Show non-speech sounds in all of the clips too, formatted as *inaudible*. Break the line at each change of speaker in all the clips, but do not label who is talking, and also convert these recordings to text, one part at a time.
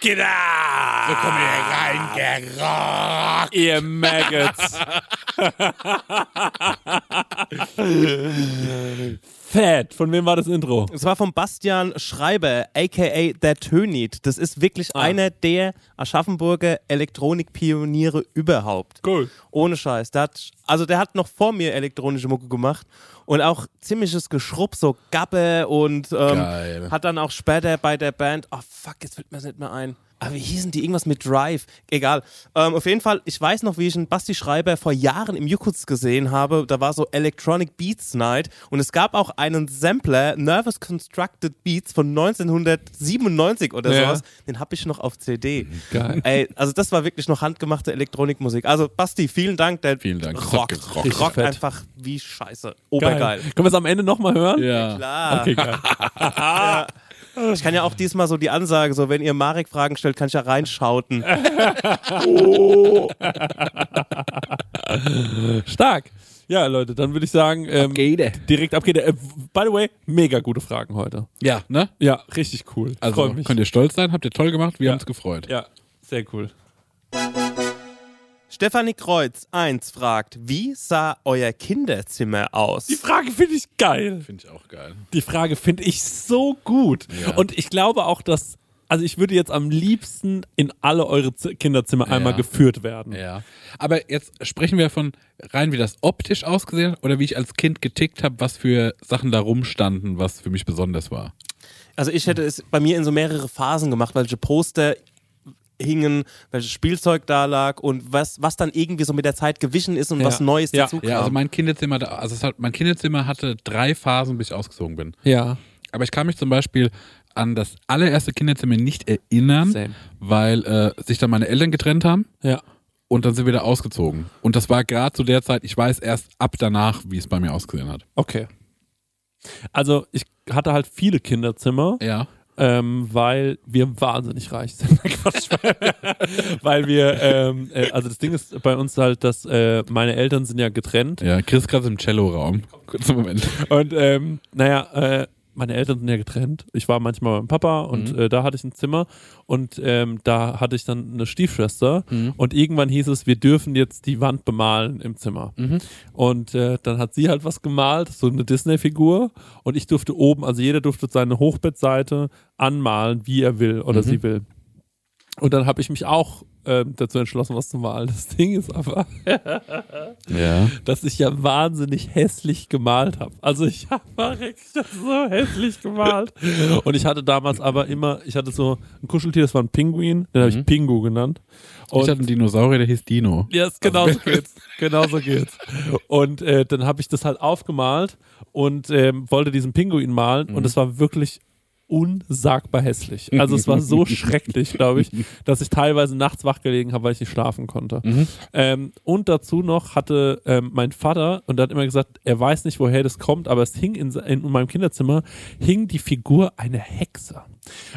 geht ab!
So kommen wir reingerockt.
Ihr Maggots. Fett. Von wem war das Intro?
Es war von Bastian Schreiber, a.k.a. Der Tönit. Das ist wirklich einer der Aschaffenburger Elektronikpioniere überhaupt.
Cool.
Ohne Scheiß. Der hat, also der hat noch vor mir elektronische Mucke gemacht und auch ziemliches Geschrupp, so Gappe und
Geil.
ähm, hat dann auch später bei der Band, oh fuck, jetzt fällt mir das nicht mehr ein. Aber wie hießen die? Irgendwas mit Drive. Egal. Ähm, auf jeden Fall, ich weiß noch, wie ich einen Basti Schreiber vor Jahren im Jukuts gesehen habe. Da war so Electronic Beats Night und es gab auch einen Sampler, Nervous Constructed Beats von 1997 oder
Ja.
sowas. Den habe ich noch auf CD.
Geil.
Ey, also das war wirklich noch handgemachte Elektronikmusik. Also Basti, vielen Dank. Der
Vielen Dank. Das hat
Rockt,
gerockt.
rockt,
Richtig fett.
einfach wie scheiße. Obergeil.
Können wir es am Ende nochmal hören? Ah.
Ja.
Klar.
Okay,
*laughs*
geil.
Ich kann ja auch diesmal so die Ansage, so wenn ihr Marek Fragen stellt, kann ich ja reinschauten.
Stark. Ja, Leute, dann würde ich sagen, ähm,
Geht.
direkt ab geht er. Äh, by the way, mega gute Fragen heute.
Ja, ne?
Ja, richtig cool.
Also
Freut mich.
könnt ihr stolz sein, habt ihr toll gemacht, wir
Ja.
haben uns gefreut.
ja, sehr cool.
Stefanie Kreuz 1 fragt, wie sah euer Kinderzimmer aus?
Die Frage finde ich geil.
Finde ich auch geil.
Die Frage finde ich so gut.
Ja.
Und ich glaube auch, dass. Also ich würde jetzt am liebsten in alle eure Z Kinderzimmer einmal
Ja.
geführt werden.
Ja. Aber jetzt sprechen wir von rein, wie das optisch ausgesehen hat oder wie ich als Kind getickt habe, was für Sachen da rumstanden, was für mich besonders war.
Also ich hätte es bei mir in so mehrere Phasen gemacht, welche Poster hingen, welches Spielzeug da lag und was, was dann irgendwie so mit der Zeit gewichen ist und
Ja.
was Neues
Ja.
dazu kam.
Ja, also mein Kinderzimmer, da- also es hat, mein Kinderzimmer hatte drei Phasen, bis ich ausgezogen bin.
Ja.
Aber ich kann mich zum Beispiel an das allererste Kinderzimmer nicht erinnern,
Same.
weil äh, sich dann meine Eltern getrennt haben
Ja.
und dann sind wir da ausgezogen. Und das war gerade zu der Zeit, ich weiß erst ab danach, wie es bei mir ausgesehen hat.
Okay. Also ich hatte halt viele Kinderzimmer.
Ja.
ähm, weil wir wahnsinnig reich sind. *laughs* Quatsch, weil- weil wir, ähm, äh, also das Ding ist bei uns halt, dass äh, meine Eltern sind ja getrennt
Ja, Chris gerade im Cello-Raum. Kurzen Moment.
und ähm, naja, äh, meine Eltern sind ja getrennt. Ich war manchmal beim Papa und äh, da hatte ich ein Zimmer und ähm, da hatte ich dann eine Stiefschwester und irgendwann hieß es, wir dürfen jetzt die Wand bemalen im Zimmer. Und äh, dann hat sie halt was gemalt, so eine Disney-Figur und ich durfte oben, also jeder durfte seine Hochbettseite anmalen, wie er will oder sie will. Und dann habe ich mich auch ähm, dazu entschlossen, was zu malen. Das Ding ist aber,
Ja.
dass ich ja wahnsinnig hässlich gemalt habe. Also ich *laughs* habe so hässlich gemalt. *laughs* Und ich hatte damals aber immer, ich hatte so ein Kuscheltier, das war ein Pinguin, den habe ich Pingu genannt. Und
ich hatte einen Dinosaurier, der hieß Dino.
ja, yes, *laughs* genau so geht's. Genau so geht's. Und äh, dann habe ich das halt aufgemalt und ähm, wollte diesen Pinguin malen und es war wirklich unsagbar hässlich. Also es war so schrecklich, glaube ich, dass ich teilweise nachts wach gelegen habe, weil ich nicht schlafen konnte. Ähm, und dazu noch hatte ähm, mein Vater, und der hat immer gesagt, er weiß nicht, woher das kommt, aber es hing in, se- in meinem Kinderzimmer, hing die Figur einer Hexe.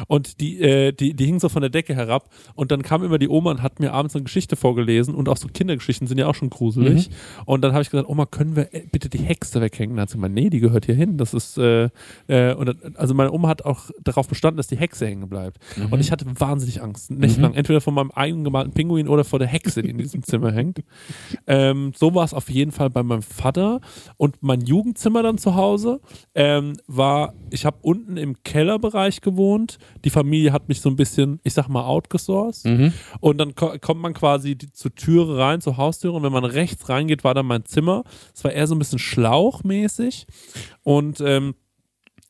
Und die, äh, die, die hing so von der Decke herab. Und dann kam immer die Oma und hat mir abends eine Geschichte vorgelesen. Und auch so Kindergeschichten sind ja auch schon gruselig. Und dann habe ich gesagt, Oma, können wir äh, bitte die Hexe weghängen? Dann hat sie gemeint, nee, die gehört hier hin. Das ist, äh, äh, und dann, also meine Oma hat auch darauf bestanden, dass die Hexe hängen bleibt. Und ich hatte wahnsinnig Angst. Nächtelang. Entweder von meinem eigenen gemalten Pinguin oder vor der Hexe, die in diesem Zimmer hängt. Ähm, so war es auf jeden Fall bei meinem Vater. Und mein Jugendzimmer dann zu Hause ähm, war, ich habe unten im Kellerbereich gewohnt. Die Familie hat mich so ein bisschen, ich sag mal, outgesourced. Und dann ko kommt man quasi die, zur Türe rein, zur Haustüre. Und wenn man rechts reingeht, war dann mein Zimmer. Es war eher so ein bisschen schlauchmäßig. Und ähm,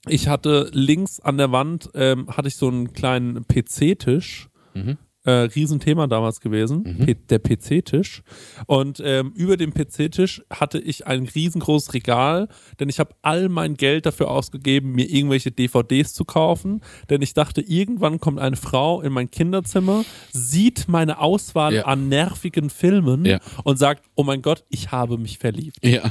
ich hatte links an der Wand, ähm, hatte ich so einen kleinen PC-Tisch.
Mhm.
Äh, Riesenthema damals gewesen, P der PC-Tisch. Und ähm, über dem PC-Tisch hatte ich ein riesengroßes Regal, denn ich habe all mein Geld dafür ausgegeben, mir irgendwelche DVDs zu kaufen, denn ich dachte, irgendwann kommt eine Frau in mein Kinderzimmer, sieht meine Auswahl
Ja.
an nervigen Filmen
Ja.
und sagt, oh mein Gott, ich habe mich verliebt.
Ja.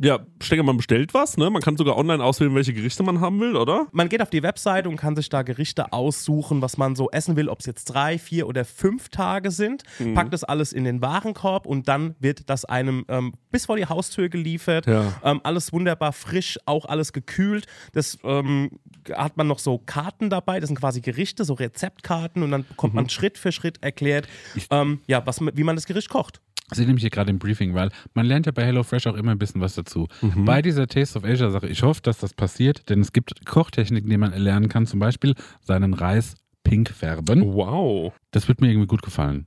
ja, Stenger, man bestellt was, ne? Man kann sogar online auswählen, welche Gerichte man haben will, oder?
Man geht auf die Webseite und kann sich da Gerichte aussuchen, was man so essen will, ob es jetzt drei, vier oder fünf Tage sind, packt das alles in den Warenkorb und dann wird das einem ähm, bis vor die Haustür geliefert.
Ja.
Ähm, alles wunderbar frisch, auch alles gekühlt. Das ähm, hat man noch so Karten dabei, das sind quasi Gerichte, so Rezeptkarten und dann bekommt man Schritt für Schritt erklärt, ähm, ja, was, wie man das Gericht kocht.
Sie nämlich hier gerade im Briefing, weil man lernt ja bei HelloFresh auch immer ein bisschen was dazu.
Mhm.
Bei dieser Taste of Asia Sache, ich hoffe, dass das passiert, denn es gibt Kochtechniken, die man erlernen kann, zum Beispiel seinen Reis pink
Mhm.
Oh.
färben.
Wow.
Das wird mir irgendwie gut gefallen.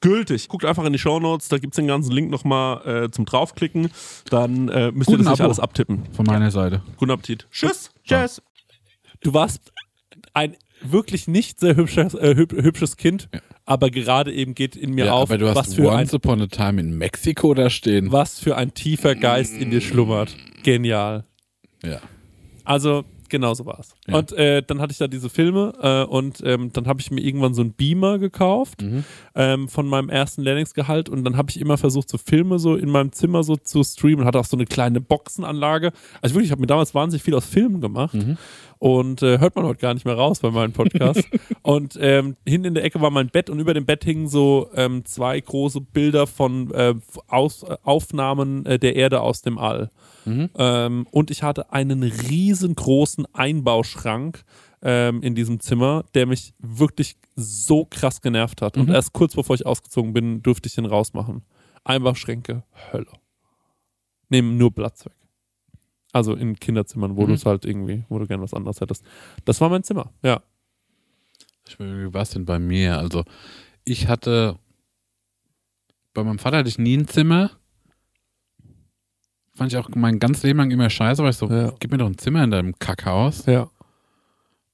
gültig. Guckt einfach in die Shownotes, da gibt's den ganzen Link nochmal äh, zum draufklicken. Dann äh, müsst ihr
Guten
das nicht
Abo.
alles abtippen.
Von meiner Seite.
Guten Appetit. Tschüss.
Tschüss.
Du warst ein wirklich nicht sehr hübsches, äh, hüb- hübsches Kind, aber gerade eben geht in mir auf,
aber du hast
was für, ein,
Once Upon a Time in Mexiko da stehen.
was für ein tiefer Geist in dir schlummert. Genial.
Ja.
Also, genau so war's.
Ja.
Und äh, dann hatte ich da diese Filme äh, und ähm, dann habe ich mir irgendwann so einen Beamer gekauft ähm, von meinem ersten Lehrlingsgehalt und dann habe ich immer versucht, so Filme so in meinem Zimmer so zu streamen. Hatte auch so eine kleine Boxenanlage. Also wirklich, ich habe mir damals wahnsinnig viel aus Filmen gemacht. Und äh, hört man heute gar nicht mehr raus bei meinem Podcast. und ähm, hinten in der Ecke war mein Bett und über dem Bett hingen so ähm, zwei große Bilder von äh, aus, äh, Aufnahmen äh, der Erde aus dem All. Ähm, und ich hatte einen riesengroßen Einbauschrank ähm, in diesem Zimmer, der mich wirklich so krass genervt hat. Und erst kurz bevor ich ausgezogen bin, durfte ich den rausmachen. Einbauschränke, Hölle. Nehmen nur Platz weg. Also in Kinderzimmern, wo du es halt irgendwie, wo du gern was anderes hättest. Das war mein Zimmer, ja.
Ich meine, wie war es denn bei mir? Also, ich hatte. Bei meinem Vater hatte ich nie ein Zimmer. Fand ich auch mein ganzes Leben lang immer scheiße, weil ich so,
Ja.
gib mir doch ein Zimmer in deinem Kackhaus.
Ja.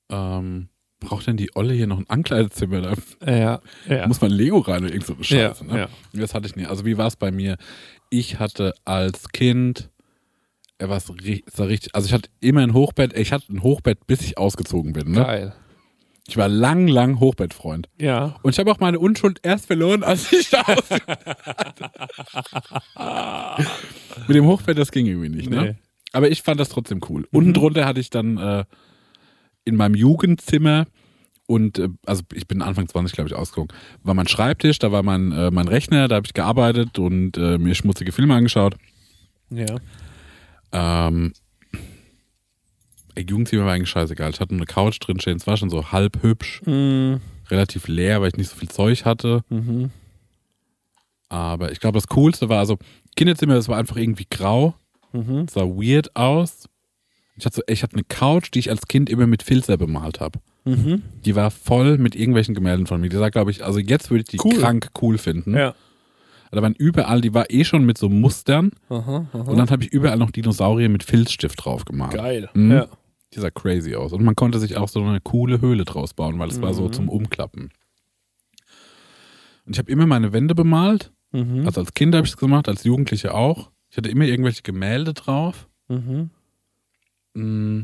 Ähm, braucht denn die Olle hier noch ein Ankleidezimmer? Da
Ja. Ja.
muss man Lego rein oder irgend so eine Scheiße.
Ja,
ne?
ja.
Das hatte ich nie. Also, wie war es bei mir? Ich hatte als Kind. äh, Er war richtig. Also, ich hatte immer ein Hochbett. Ich hatte ein Hochbett, bis ich ausgezogen bin. Ne?
Geil.
Ich war lang, lang Hochbettfreund.
Ja.
Und ich habe auch meine Unschuld erst verloren, als ich da aus Mit dem Hochbett, das ging irgendwie nicht, ne?
Nee.
Aber ich fand das trotzdem cool. Unten drunter hatte ich dann äh, in meinem Jugendzimmer Und äh, also ich bin Anfang 20, glaube ich, ausgeguckt. War mein Schreibtisch, da war mein, äh, mein Rechner, da habe ich gearbeitet und äh, mir schmutzige Filme angeschaut.
Ja.
Ähm, Jugendzimmer war eigentlich scheißegal. Ich hatte nur eine Couch drin stehen, es war schon so halb hübsch,
Mhm.
relativ leer, weil ich nicht so viel Zeug hatte. Aber ich glaube, das Coolste war, also Kinderzimmer, das war einfach irgendwie grau,
Mhm.
Es sah weird aus. Ich hatte, so, ich hatte eine Couch, die ich als Kind immer mit Filzer bemalt habe.
Mhm.
Die war voll mit irgendwelchen Gemälden von mir. Die sah, glaube ich, also jetzt würde ich die
Cool.
krank cool finden.
Ja.
Da waren überall, die war eh schon mit so Mustern. Und dann habe ich überall noch Dinosaurier mit Filzstift drauf gemalt.
Geil.
Mhm.
Ja.
Die sah crazy aus. Und man konnte sich auch so eine coole Höhle draus bauen, weil es war so zum Umklappen. Und ich habe immer meine Wände bemalt.
Mhm.
Also als Kind habe ich es gemacht, als Jugendliche auch. Ich hatte immer irgendwelche Gemälde drauf.
Mhm.
Mm.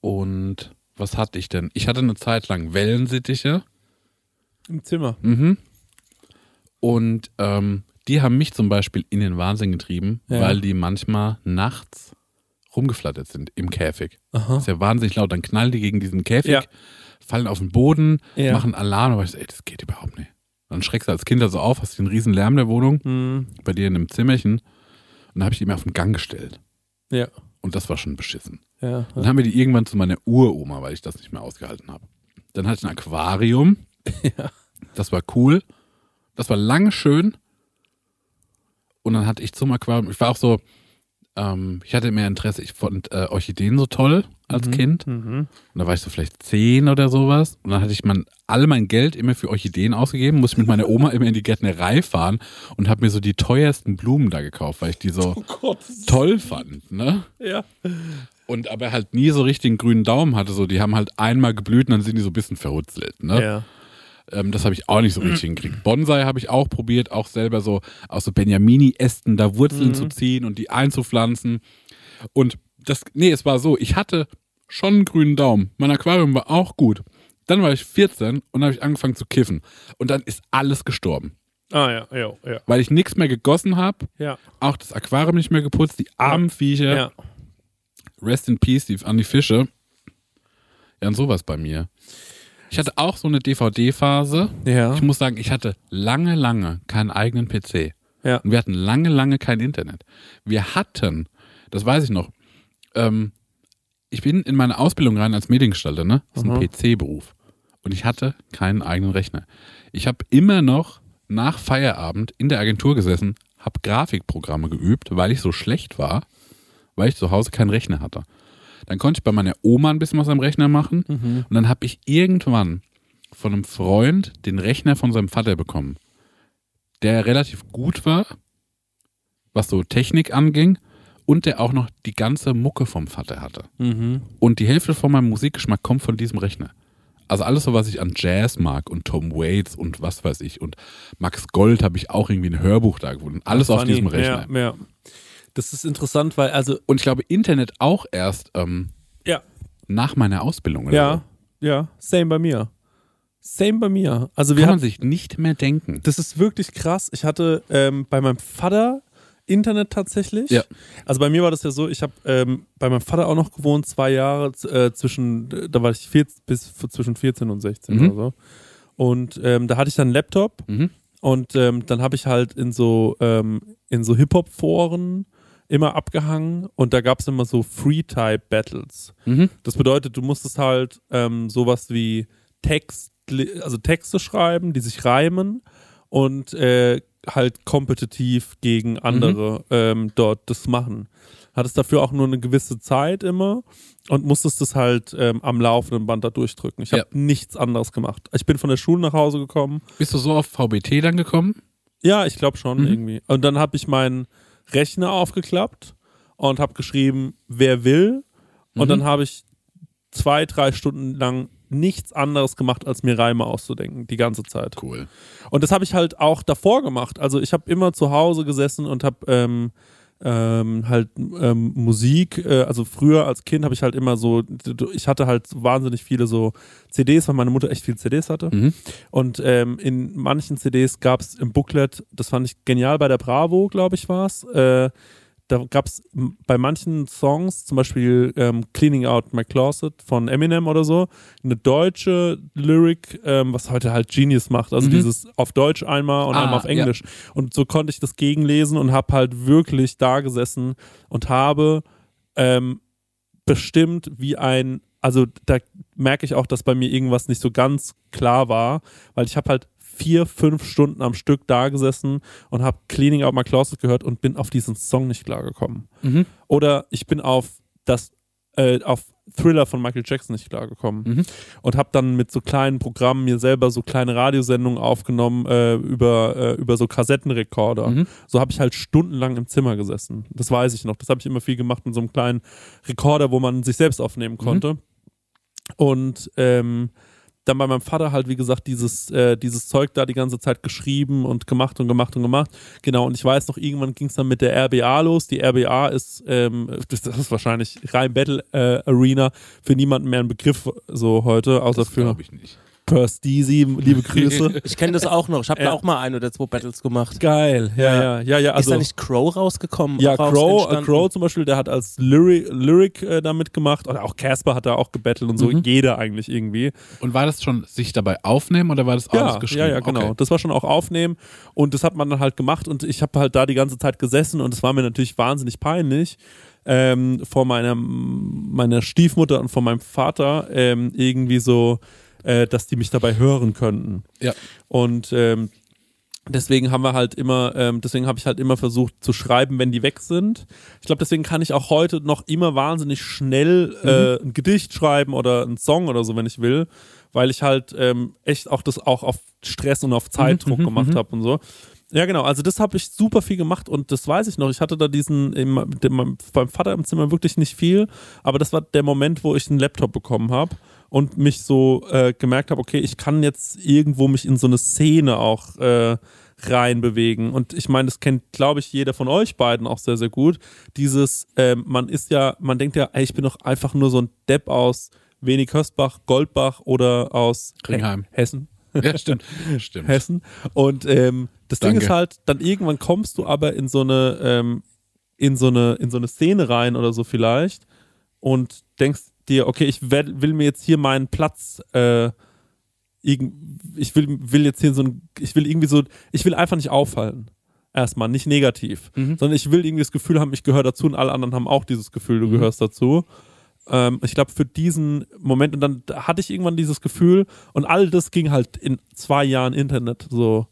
Und was hatte ich denn? Ich hatte eine Zeit lang Wellensittiche.
Im Zimmer.
Mhm. Und ähm, die haben mich zum Beispiel in den Wahnsinn getrieben,
Ja.
weil die manchmal nachts rumgeflattert sind im Käfig. Ist ja wahnsinnig laut. Dann knallen die gegen diesen Käfig,
Ja.
fallen auf den Boden,
Ja.
machen Alarm. Aber ich so, ey, das geht überhaupt nicht. Dann schreckst du als Kind also auf, hast den riesen Lärm der Wohnung,
Mhm.
bei dir in einem Zimmerchen. Und dann habe ich die immer auf den Gang gestellt.
Ja.
Und das war schon beschissen.
*laughs* Ja.
Dann haben wir die irgendwann zu meiner Uroma, weil ich das nicht mehr ausgehalten habe. Dann hatte ich ein Aquarium. Das war cool. Das war lange schön. Und dann hatte ich zum Aquarium, ich war auch so, ähm, ich hatte mehr Interesse, ich fand äh, Orchideen so toll als Kind. Und da war ich so vielleicht zehn oder sowas. Und dann hatte ich mein, all mein Geld immer für Orchideen ausgegeben, musste mit meiner Oma immer in die Gärtnerei fahren und habe mir so die teuersten Blumen da gekauft, weil ich die so
Gott.
toll fand. Ne?
Ja.
Und aber halt nie so richtig einen grünen Daumen hatte. So, die haben halt einmal geblüht und dann sind die so ein bisschen verrutzelt. Ne?
Ja. Mhm.
Ähm, das habe ich auch nicht so richtig hingekriegt. Bonsai habe ich auch probiert, auch selber so aus so Benjamini-Ästen da
Mhm.
Wurzeln zu ziehen und die einzupflanzen. Und das, nee, es war so, ich hatte schon einen grünen Daumen. Mein Aquarium war auch gut. Dann war ich 14 und habe ich angefangen zu kiffen. Und dann ist alles gestorben.
Ah, ja. Ja. Ja.
Weil ich nichts mehr gegossen habe,
Ja.
auch das Aquarium nicht mehr geputzt, die armen Viecher.
ja.
Rest in Peace, die, an die Fische. Ja, und sowas bei mir. Ich hatte auch so eine DVD-Phase.
Ja.
Ich muss sagen, ich hatte lange, lange keinen eigenen PC.
Ja.
Und wir hatten lange, lange kein Internet. Wir hatten, das weiß ich noch, ähm, ich bin in meine Ausbildung rein als Mediengestalter, ne? Das ist ein PC-Beruf. Und ich hatte keinen eigenen Rechner. Ich habe immer noch nach Feierabend in der Agentur gesessen, habe Grafikprogramme geübt, weil ich so schlecht war, weil ich zu Hause keinen Rechner hatte. Dann konnte ich bei meiner Oma ein bisschen was am Rechner machen und dann habe ich irgendwann von einem Freund den Rechner von seinem Vater bekommen, der relativ gut war, was so Technik anging und der auch noch die ganze Mucke vom Vater hatte.
Mhm.
Und die Hälfte von meinem Musikgeschmack kommt von diesem Rechner. Also alles so, was ich an Jazz mag und Tom Waits und was weiß ich und Max Gold habe ich auch irgendwie ein Hörbuch da gefunden. Alles auf
Funny.
diesem Rechner.
Ja. ja. Das ist interessant, weil also
Und ich glaube, Internet auch erst ähm,
ja,
nach meiner Ausbildung. Oder
ja, ja, same bei mir. Same bei mir. Also
So.
wir
Kann man
haben,
sich nicht mehr denken.
das ist wirklich krass. Ich hatte ähm, bei meinem Vater Internet tatsächlich.
Ja.
Also bei mir war das ja so, ich habe ähm, bei meinem Vater auch noch gewohnt, zwei Jahre äh, zwischen, da war ich 14, bis zwischen 14 und 16
Mhm.
oder so. Und ähm, da hatte ich dann einen Laptop
Mhm.
Und ähm, dann habe ich halt in so, ähm, in so Hip-Hop-Foren immer abgehangen und da gab es immer so Free-Type-Battles.
Mhm.
Das bedeutet, du musstest halt ähm, sowas wie Text, also Texte schreiben, die sich reimen und äh, halt kompetitiv gegen andere ähm, dort das machen. Hattest dafür auch nur eine gewisse Zeit immer und musstest das halt ähm, am laufenden Band da durchdrücken. Ich habe
Ja.
nichts anderes gemacht. Ich bin von der Schule nach Hause gekommen
Bist du so auf VBT dann gekommen?
ja, ich glaube schon
Mhm.
irgendwie. Und dann habe ich meinen Rechner aufgeklappt und habe geschrieben, wer will. Und
Mhm.
dann habe ich zwei, drei Stunden lang nichts anderes gemacht, als mir Reime auszudenken, die ganze Zeit.
Cool.
Und das habe ich halt auch davor gemacht. Also ich habe immer zu Hause gesessen und habe ähm, ähm, halt ähm, Musik, äh, also früher als Kind habe ich halt immer so, ich hatte halt wahnsinnig viele so CDs, weil meine Mutter echt viel CDs hatte.
Mhm.
Und ähm, in manchen CDs gab es im Booklet, das fand ich genial bei der Bravo, glaube ich, war es, äh, da gab es bei manchen Songs, zum Beispiel ähm, Cleaning Out My Closet von Eminem oder so, eine deutsche Lyric, ähm, was heute halt Genius macht. Also
Mhm.
dieses auf Deutsch einmal und
Ah,
einmal auf
ja.
Englisch. Und so konnte ich das gegenlesen und habe halt wirklich da gesessen und habe ähm, bestimmt wie ein, also da merke ich auch, dass bei mir irgendwas nicht so ganz klar war, weil ich habe halt vier, fünf Stunden am Stück da gesessen und habe Cleaning Out My Closet gehört und bin auf diesen Song nicht klargekommen.
Mhm.
Oder ich bin auf das, äh, auf Thriller von Michael Jackson nicht klargekommen
Mhm.
und habe dann mit so kleinen Programmen mir selber so kleine Radiosendungen aufgenommen äh, über, äh, über so Kassettenrekorder.
Mhm.
So habe ich halt stundenlang im Zimmer gesessen. Das weiß ich noch. Das habe ich immer viel gemacht mit so einem kleinen Rekorder, wo man sich selbst
Mhm.
aufnehmen konnte. Und ähm, dann bei meinem Vater halt, wie gesagt, dieses, äh, dieses Zeug da die ganze Zeit geschrieben und gemacht und gemacht und gemacht. Genau, und ich weiß noch, irgendwann ging es dann mit der RBA los. Die RBA ist, ähm, *laughs* das, das ist wahrscheinlich rein Battle äh, Arena für niemanden mehr ein Begriff so heute, außer
Das
für
glaube ich nicht.
Purse Deasy, liebe Grüße.
Ich kenne das auch noch. Ich habe
Ja.
da auch mal ein oder zwei Battles gemacht.
Geil, ja, ja, ja, ja.
ist da
Also,
nicht Crow rausgekommen?
ja,
Raus
Crow, äh,
entstanden?
Crow zum Beispiel, der hat als Lyric, Lyric äh, damit gemacht. Oder auch Casper hat da auch gebettelt und so.
Mhm.
Jeder eigentlich irgendwie.
Und war das schon sich dabei aufnehmen oder war das
Ja,
alles geschrieben?
ja, ja, genau.
Okay.
Das war schon auch aufnehmen und das hat man dann halt gemacht und ich habe halt da die ganze Zeit gesessen und es war mir natürlich wahnsinnig peinlich ähm, vor meiner, meiner Stiefmutter und vor meinem Vater ähm, irgendwie so, äh, dass die mich dabei hören könnten.
*laughs*
Ja.
Und ähm, deswegen haben wir halt immer, ähm, deswegen habe ich halt immer versucht zu schreiben, wenn die weg sind. Ich glaube, deswegen kann ich auch heute noch immer wahnsinnig schnell äh,
Mhm.
ein Gedicht schreiben oder einen Song oder so, wenn ich will, weil ich halt ähm, echt auch das auch auf Stress und auf Zeitdruck
mhm,
gemacht
mhm.
habe und so. Ja, genau. Also das habe ich super viel gemacht und das weiß ich noch. Ich hatte da diesen im, dem, beim Vater im Zimmer wirklich nicht viel, aber das war der Moment, wo ich einen Laptop bekommen habe und mich so äh, gemerkt habe, okay, ich kann jetzt irgendwo mich in so eine Szene auch äh, reinbewegen. Und ich meine, das kennt, glaube ich, jeder von euch beiden auch sehr, sehr gut. Dieses, ähm, man ist ja, man denkt ja, ey, ich bin doch einfach nur so ein Depp aus Wenig Hösbach, Goldbach oder aus
Ringheim.
Hessen.
Ja, stimmt. stimmt.
Hessen. Und ähm, das Ding
Danke.
ist halt, dann irgendwann kommst du aber in so eine, ähm, in so eine, in so eine Szene rein oder so vielleicht und denkst dir, okay, ich werd, will mir jetzt hier meinen Platz, äh, irg- ich will, will jetzt hier so ein, ich will irgendwie so, ich will einfach nicht auffallen. Erstmal, nicht negativ,
Mhm.
sondern ich will irgendwie das Gefühl haben, ich gehöre dazu und alle anderen haben auch dieses Gefühl,
Mhm.
du gehörst dazu. Ähm, ich glaube, für diesen Moment, und dann hatte ich irgendwann dieses Gefühl, und all das ging halt in zwei Jahren Internet so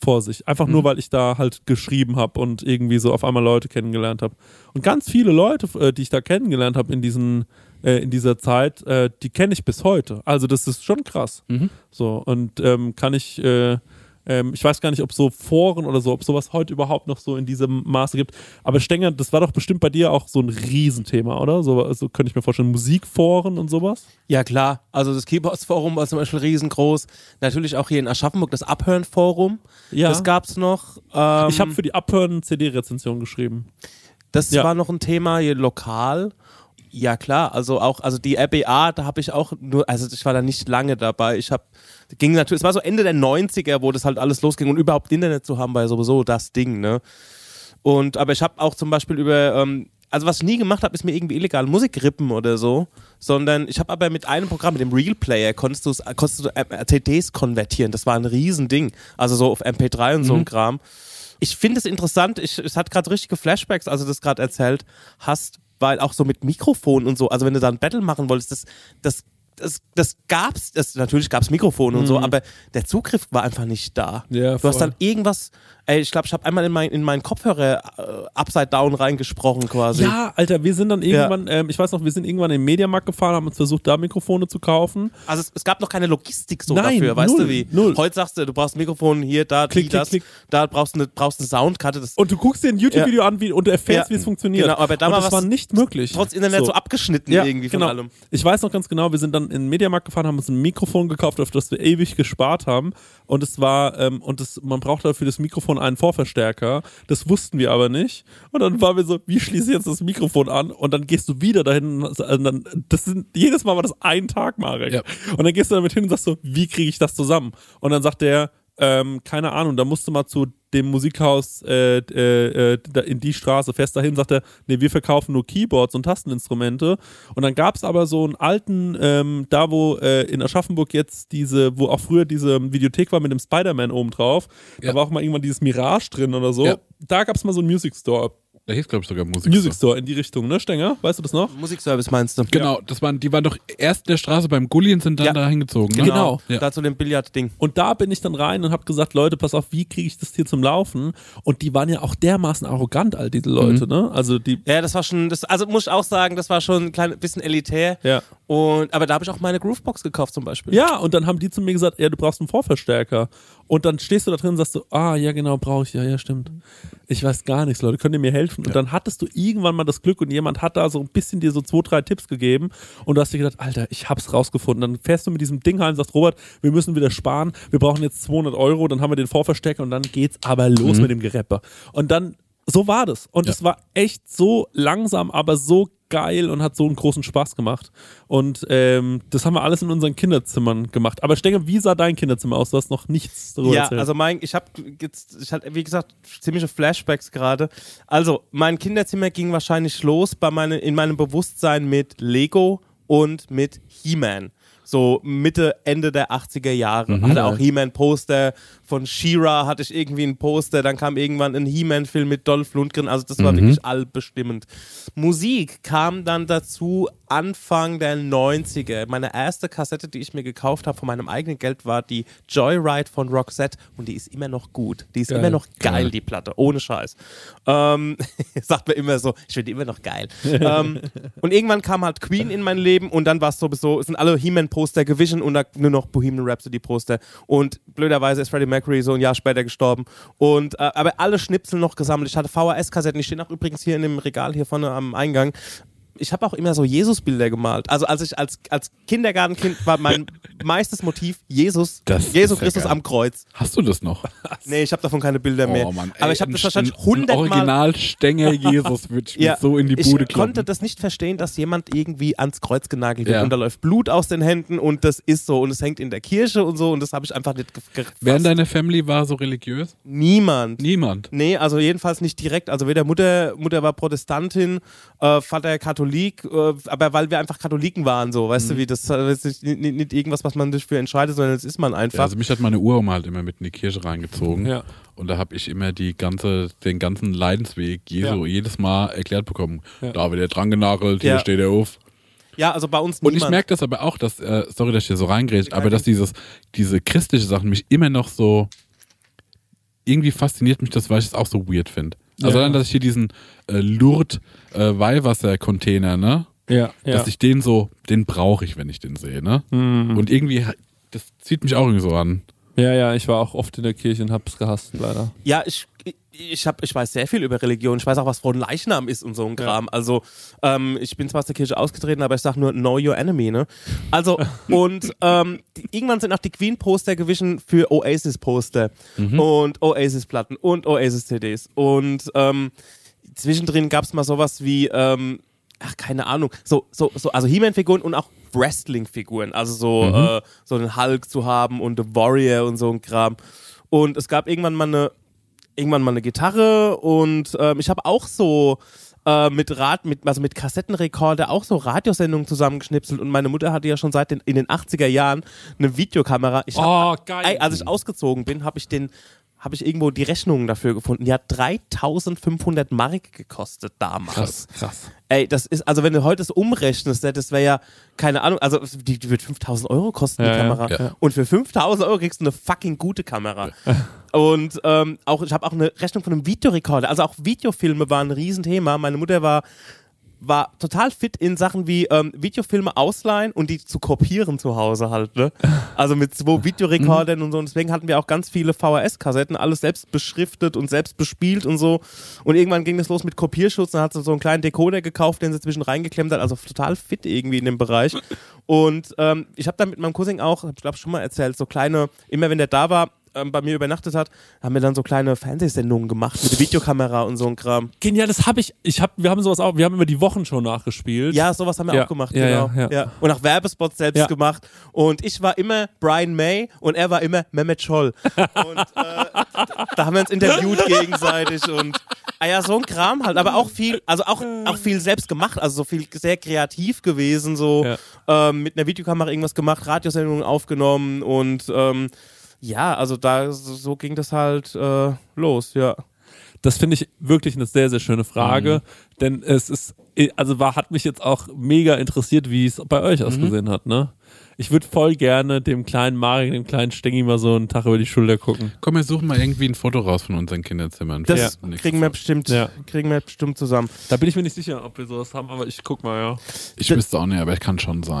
vor sich. Einfach nur, weil ich da halt geschrieben habe und irgendwie so auf einmal Leute kennengelernt habe. Und ganz viele Leute, äh, die ich da kennengelernt habe in diesen äh, in dieser Zeit, äh, die kenne ich bis heute. Also das ist schon krass.
Mhm.
So und ähm, kann ich, äh, ähm, ich weiß gar nicht, ob so Foren oder so, ob sowas heute überhaupt noch so in diesem Maße gibt. Aber Stenger, das war doch bestimmt bei dir auch so ein Riesenthema, oder? So, so könnte ich mir vorstellen, Musikforen und sowas.
Ja, klar. Also das Keyboards-Forum war zum Beispiel riesengroß. Natürlich auch hier in Aschaffenburg das Abhören-Forum.
Ja.
Das gab's noch. Ähm,
ich habe für die Abhören CD-Rezension geschrieben.
Das
Ja.
war noch ein Thema hier lokal. Ja klar, also auch also die RBA, da habe ich auch nur also ich war da nicht lange dabei. Ich habe ging natürlich, es war so Ende der 90er, wo das halt alles losging und überhaupt Internet zu haben war ja sowieso das Ding, ne? Und aber ich habe auch zum Beispiel über ähm, also was ich nie gemacht habe, ist mir irgendwie illegal Musik rippen oder so, sondern ich habe aber mit einem Programm, mit dem Real Player, konntest, du's- konntest du äh, CDs konvertieren. Das war ein Riesending. Also so auf MP3 und so
Mhm.
ein Kram. Ich finde es interessant, ich, es hat gerade richtige Flashbacks, als du das gerade erzählt hast, weil auch so mit Mikrofon und so, also wenn du da ein Battle machen wolltest, das, das, das, das gab's, das, natürlich gab's Mikrofon und so, aber der Zugriff war einfach nicht da.
Mhm. Ja,
du hast
voll.
dann irgendwas, ey, ich glaube, ich habe einmal in, mein, in meinen Kopfhörer äh, upside down reingesprochen quasi.
Ja, Alter, wir sind dann irgendwann, ähm, ich weiß noch, wir sind irgendwann in den Mediamarkt gefahren, haben uns versucht, da Mikrofone zu kaufen.
Also es, es gab noch keine Logistik so
Nein,
dafür, weißt
null,
du wie?
null.
Heute sagst du, du brauchst ein Mikrofon hier, da,
Klick,
die,
klick,
das,
klick.
da brauchst du eine, brauchst eine Soundkarte, das
Und du guckst dir ein YouTube-Video an wie, und du erfährst,
Ja,
wie es funktioniert.
genau, aber da
und
war
das war
was
nicht möglich.
trotz Internet so, abgeschnitten
Ja,
irgendwie
genau.
von allem.
Ich weiß noch ganz genau, wir sind dann in den Mediamarkt gefahren, haben uns ein Mikrofon gekauft, auf das wir ewig gespart haben. Und es war, ähm, und das, man braucht dafür das Mikrofon einen Vorverstärker. Das wussten wir aber nicht. Und dann waren wir so, wie schließe ich jetzt das Mikrofon an? Und dann gehst du wieder dahin. und also dann, das sind, jedes Mal war das ein Tag, Marek.
Ja.
Und dann gehst du damit hin und sagst so, wie kriege ich das zusammen? Und dann sagt der, ähm, keine Ahnung, da musste mal zu dem Musikhaus äh, äh, äh, da- in die Straße fest dahin, sagt er, nee, wir verkaufen nur Keyboards und Tasteninstrumente. Und dann gab es aber so einen alten, ähm, da wo äh, in Aschaffenburg jetzt diese, wo auch früher diese Videothek war mit dem Spider-Man oben drauf,
Ja.
da war auch mal irgendwann dieses Mirage drin oder so.
Ja.
Da gab es mal so einen Music Store.
Da hieß, glaube ich, sogar Musik.
Music Store in die Richtung, ne, Stenger? Weißt du das noch?
Musikservice meinst du?
Genau, das waren, die waren doch erst in der Straße beim Gulli und sind dann
Ja.
da hingezogen. Ne?
Genau.
Ja.
Dazu dem Billardding.
Und da bin ich dann rein und habe gesagt, Leute, pass auf, wie kriege ich das hier zum Laufen? Und die waren ja auch dermaßen arrogant, all diese
Mhm.
Leute, ne? Also die,
Ja, das war schon, das, also muss ich auch sagen, das war schon ein klein bisschen elitär.
ja.
Und, aber da habe ich auch meine Groovebox gekauft zum Beispiel.
Ja, und dann haben die zu mir gesagt, ja, du brauchst einen Vorverstärker. Und dann stehst du da drin und sagst so, ah, ja, genau, brauche ich, ja, ja, stimmt. Ich weiß gar nichts, Leute, könnt ihr mir helfen? Und dann hattest du irgendwann mal das Glück und jemand hat da so ein bisschen dir so zwei, drei Tipps gegeben und du hast dir gedacht, Alter, ich hab's rausgefunden. Dann fährst du mit diesem Ding heim und sagst, Robert, wir müssen wieder sparen, wir brauchen jetzt 200 Euro, dann haben wir den Vorverstärker und dann geht's aber los mit dem Gereppe. Und dann, so war das. Und
Ja.
es war echt so langsam, aber so geil und hat so einen großen Spaß gemacht. Und ähm, das haben wir alles in unseren Kinderzimmern gemacht. Aber Stenger, wie sah dein Kinderzimmer aus? Du hast noch nichts darüber
Ja,
erzählt.
also mein, ich habe jetzt, ich hatte, wie gesagt, ziemliche Flashbacks gerade. Also, mein Kinderzimmer ging wahrscheinlich los bei meine, in meinem Bewusstsein mit Lego und mit He-Man. So Mitte, Ende der 80er Jahre. Hatte auch He-Man-Poster. Von She-Ra hatte ich irgendwie ein Poster. Dann kam irgendwann ein He-Man-Film mit Dolph Lundgren. Also, das war wirklich allbestimmend. Musik kam dann dazu Anfang der 90er. Meine erste Kassette, die ich mir gekauft habe von meinem eigenen Geld, war die Joyride von Roxette und die ist immer noch gut. Die ist immer noch geil, die Platte, ohne Scheiß. Ähm, *laughs* sagt mir immer so, ich finde die immer noch geil. ähm, und irgendwann kam halt Queen in mein Leben und dann war es sowieso, es sind alle He-Man-Poster gewichen und dann nur noch Bohemian Rhapsody-Poster. Und blöderweise ist Freddie Mercury so ein Jahr später gestorben. Und äh, aber alle Schnipsel noch gesammelt. Ich hatte VHS-Kassetten, die stehen auch übrigens hier in dem Regal hier vorne am Eingang ich habe auch immer so Jesusbilder gemalt. Also als ich als, als Kindergartenkind war
*laughs*
mein meistes Motiv Jesus,
Das ist
Jesus
ja
Christus
geil. Oh
am Kreuz.
Hast du
*laughs*
das noch?
Nee, ich habe davon keine Bilder mehr. Aber ich habe das wahrscheinlich hundertmal *laughs*
Original Stänger Jesus würde ich mir so in die Bude
ich konnte
kloppen.
das nicht verstehen, dass jemand irgendwie ans Kreuz genagelt wird
Ja.
und da läuft Blut aus den Händen und das ist so und es hängt in der Kirche und so und das habe ich einfach nicht ge- gefasst.
Wer in deiner Family war so religiös?
Niemand.
Niemand.
Nee, also jedenfalls nicht direkt. Also weder Mutter, Mutter war Protestantin, äh, Vater Katholik, äh, aber weil wir einfach Katholiken waren, so,
Mhm.
weißt du, wie das, äh, das ist nicht, nicht, nicht irgendwas, was man sich für entscheidet, sondern das ist man
Ja,
einfach.
also mich hat meine Uroma halt immer mit in die Kirche reingezogen.
Ja.
Und da habe ich immer die ganze, den ganzen Leidensweg Jesu
Ja.
jedes Mal erklärt bekommen.
Ja.
Da wird er dran genagelt, hier
Ja.
steht er auf.
ja, also bei uns
Und
niemand.
ich merke das aber auch, dass, äh, sorry, dass ich hier so reingrätsche, aber dass dieses, diese christliche Sachen mich immer noch so, irgendwie fasziniert mich das, weil ich es auch so weird finde. Also
Ja.
dann, dass ich hier diesen äh, Lourdes äh, Weihwasser-Container, ne?
ja,
Dass ich den so, den brauche ich, wenn ich den sehe, ne?
Mhm.
Und irgendwie, das zieht mich auch irgendwie so an.
ja, ja, ich war auch oft in der Kirche und hab's gehasst, leider.
Ja, ich, ich- ich, hab, ich weiß sehr viel über Religion. Ich weiß auch, was von Leichnam ist und so ein Kram. Also, ähm, ich bin zwar aus der Kirche ausgetreten, aber ich sag nur Know Your Enemy, ne? Also, und ähm, die, irgendwann sind auch die Queen-Poster gewichen für Oasis-Poster und Oasis-Platten und Oasis-CDs. Und ähm, zwischendrin gab es mal sowas wie, ähm, ach, keine Ahnung, so, so, so also He-Man-Figuren und auch Wrestling-Figuren, also so, äh, so einen Hulk zu haben und The Warrior und so ein Kram. Und es gab irgendwann mal eine, irgendwann mal eine Gitarre und ähm, ich habe auch so äh, mit Rad, mit, also mit Kassettenrekorder auch so Radiosendungen zusammengeschnipselt und meine Mutter hatte ja schon seit den, in den 80er Jahren eine Videokamera. Ich hab
Oh, geil.
Ey, also als ich ausgezogen bin, habe ich den habe ich irgendwo die Rechnungen dafür gefunden. Die hat 3500 Mark gekostet
krass.
damals. Ey, das ist, also wenn du heute das umrechnest, ne, das wäre ja, keine Ahnung, also die, die wird 5000 Euro kosten,
Ja,
die
ja,
Kamera.
ja.
Und für 5000 Euro kriegst du eine fucking gute Kamera. Und ähm, auch, ich habe auch eine Rechnung von einem Videorekorder. Also auch Videofilme waren ein Riesenthema. Meine Mutter war war total fit in Sachen wie ähm, Videofilme ausleihen und die zu kopieren zu Hause halt, ne? Also mit zwei Videorekordern und so. Und deswegen hatten wir auch ganz viele VHS-Kassetten, alles selbst beschriftet und selbst bespielt und so. Und irgendwann ging es los mit Kopierschutz. Dann hat sie so einen kleinen Decoder gekauft, den sie zwischen reingeklemmt hat. Also total fit irgendwie in dem Bereich. Und ähm, ich habe dann mit meinem Cousin auch, hab ich glaube schon mal erzählt, so kleine, immer wenn der da war, ähm, bei mir übernachtet hat, haben wir dann so kleine Fernsehsendungen gemacht mit der Videokamera und so ein Kram.
Genial, das habe ich. ich hab, wir haben sowas auch, wir haben immer die Wochenshow nachgespielt.
Ja, sowas haben wir
Ja,
auch gemacht,
ja,
genau.
ja, ja.
Und auch Werbespots selbst
Ja.
gemacht. Und ich war immer Brian May und er war immer Mehmet Scholl. Und äh, da haben wir
*laughs*
uns interviewt gegenseitig und ah ja, so ein Kram halt. Aber auch viel, also auch, auch viel selbst gemacht, also so viel sehr kreativ gewesen, so ähm, mit einer Videokamera irgendwas gemacht, Radiosendungen aufgenommen und ähm, ja, also da so, so ging das halt äh, los, ja.
Das finde ich wirklich eine sehr, sehr schöne Frage, denn es ist, also war, hat mich jetzt auch mega interessiert, wie es bei euch ausgesehen hat, ne? Ich würde voll gerne dem kleinen Marek, dem kleinen Stengi mal so einen Tag über die Schulter gucken.
Komm, wir suchen mal irgendwie ein Foto raus von unseren Kinderzimmern.
Das
Ja.
kriegen wir bestimmt,
Ja.
kriegen wir bestimmt zusammen.
Da bin ich mir nicht sicher, ob wir sowas haben, aber ich guck mal, ja.
Ich wüsste auch nicht, aber ich kann schon sein.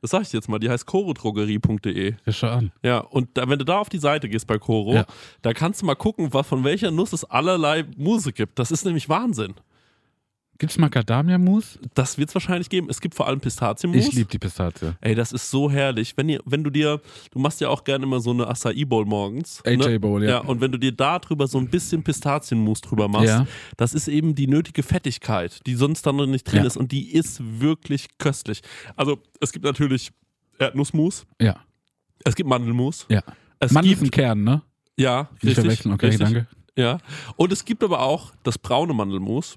Das sag ich dir jetzt mal, die heißt korodrogerie.de.
Ja, schau an.
Ja, und da, wenn du da auf die Seite gehst bei Koro,
Ja.
da kannst du mal gucken, was, von welcher Nuss es allerlei Mousse gibt. Das ist nämlich Wahnsinn.
Gibt's Macadamia-Mousse?
Das wird es wahrscheinlich geben. Es gibt vor allem Pistazienmus.
Ich liebe die Pistazie.
Ey, das ist so herrlich. Wenn, ihr, wenn du dir, du machst ja auch gerne immer so eine Acai Bowl morgens. ne?
AJ Bowl, ja.
Ja, und wenn du dir da drüber so ein bisschen Pistazienmus drüber machst,
Ja.
das ist eben die nötige Fettigkeit, die sonst dann nicht drin
Ja.
ist. Und die ist wirklich köstlich. Also, es gibt natürlich Erdnussmus,
Ja,
es gibt Mandelmus.
ja.
Es
Mann ist ein
gibt,
Kern, ne?
ja,
Nicht
richtig,
verwechseln, okay,
richtig,
danke.
Ja. Und es gibt aber auch das braune Mandelmus.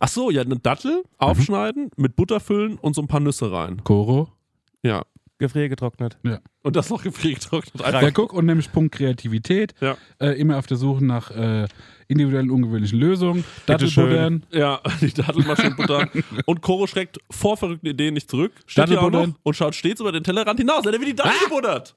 Ach so, ja, eine Dattel aufschneiden, mit Butter füllen und so ein paar Nüsse rein.
Koro.
Ja.
Gefriergetrocknet.
Und das noch gefriergetrocknet.
Ja, guck, und nämlich Punkt Kreativität.
Ja.
Äh, immer auf der Suche nach äh, individuellen, ungewöhnlichen Lösungen. Dattelbuddern.
Ja, *laughs* die Dattel mal schön buttern. Und Koro schreckt vor verrückten Ideen nicht zurück. Steht hier auch noch
Dattelbuddern.
und schaut stets über den Tellerrand hinaus. Er wird die Dattel gebuddert.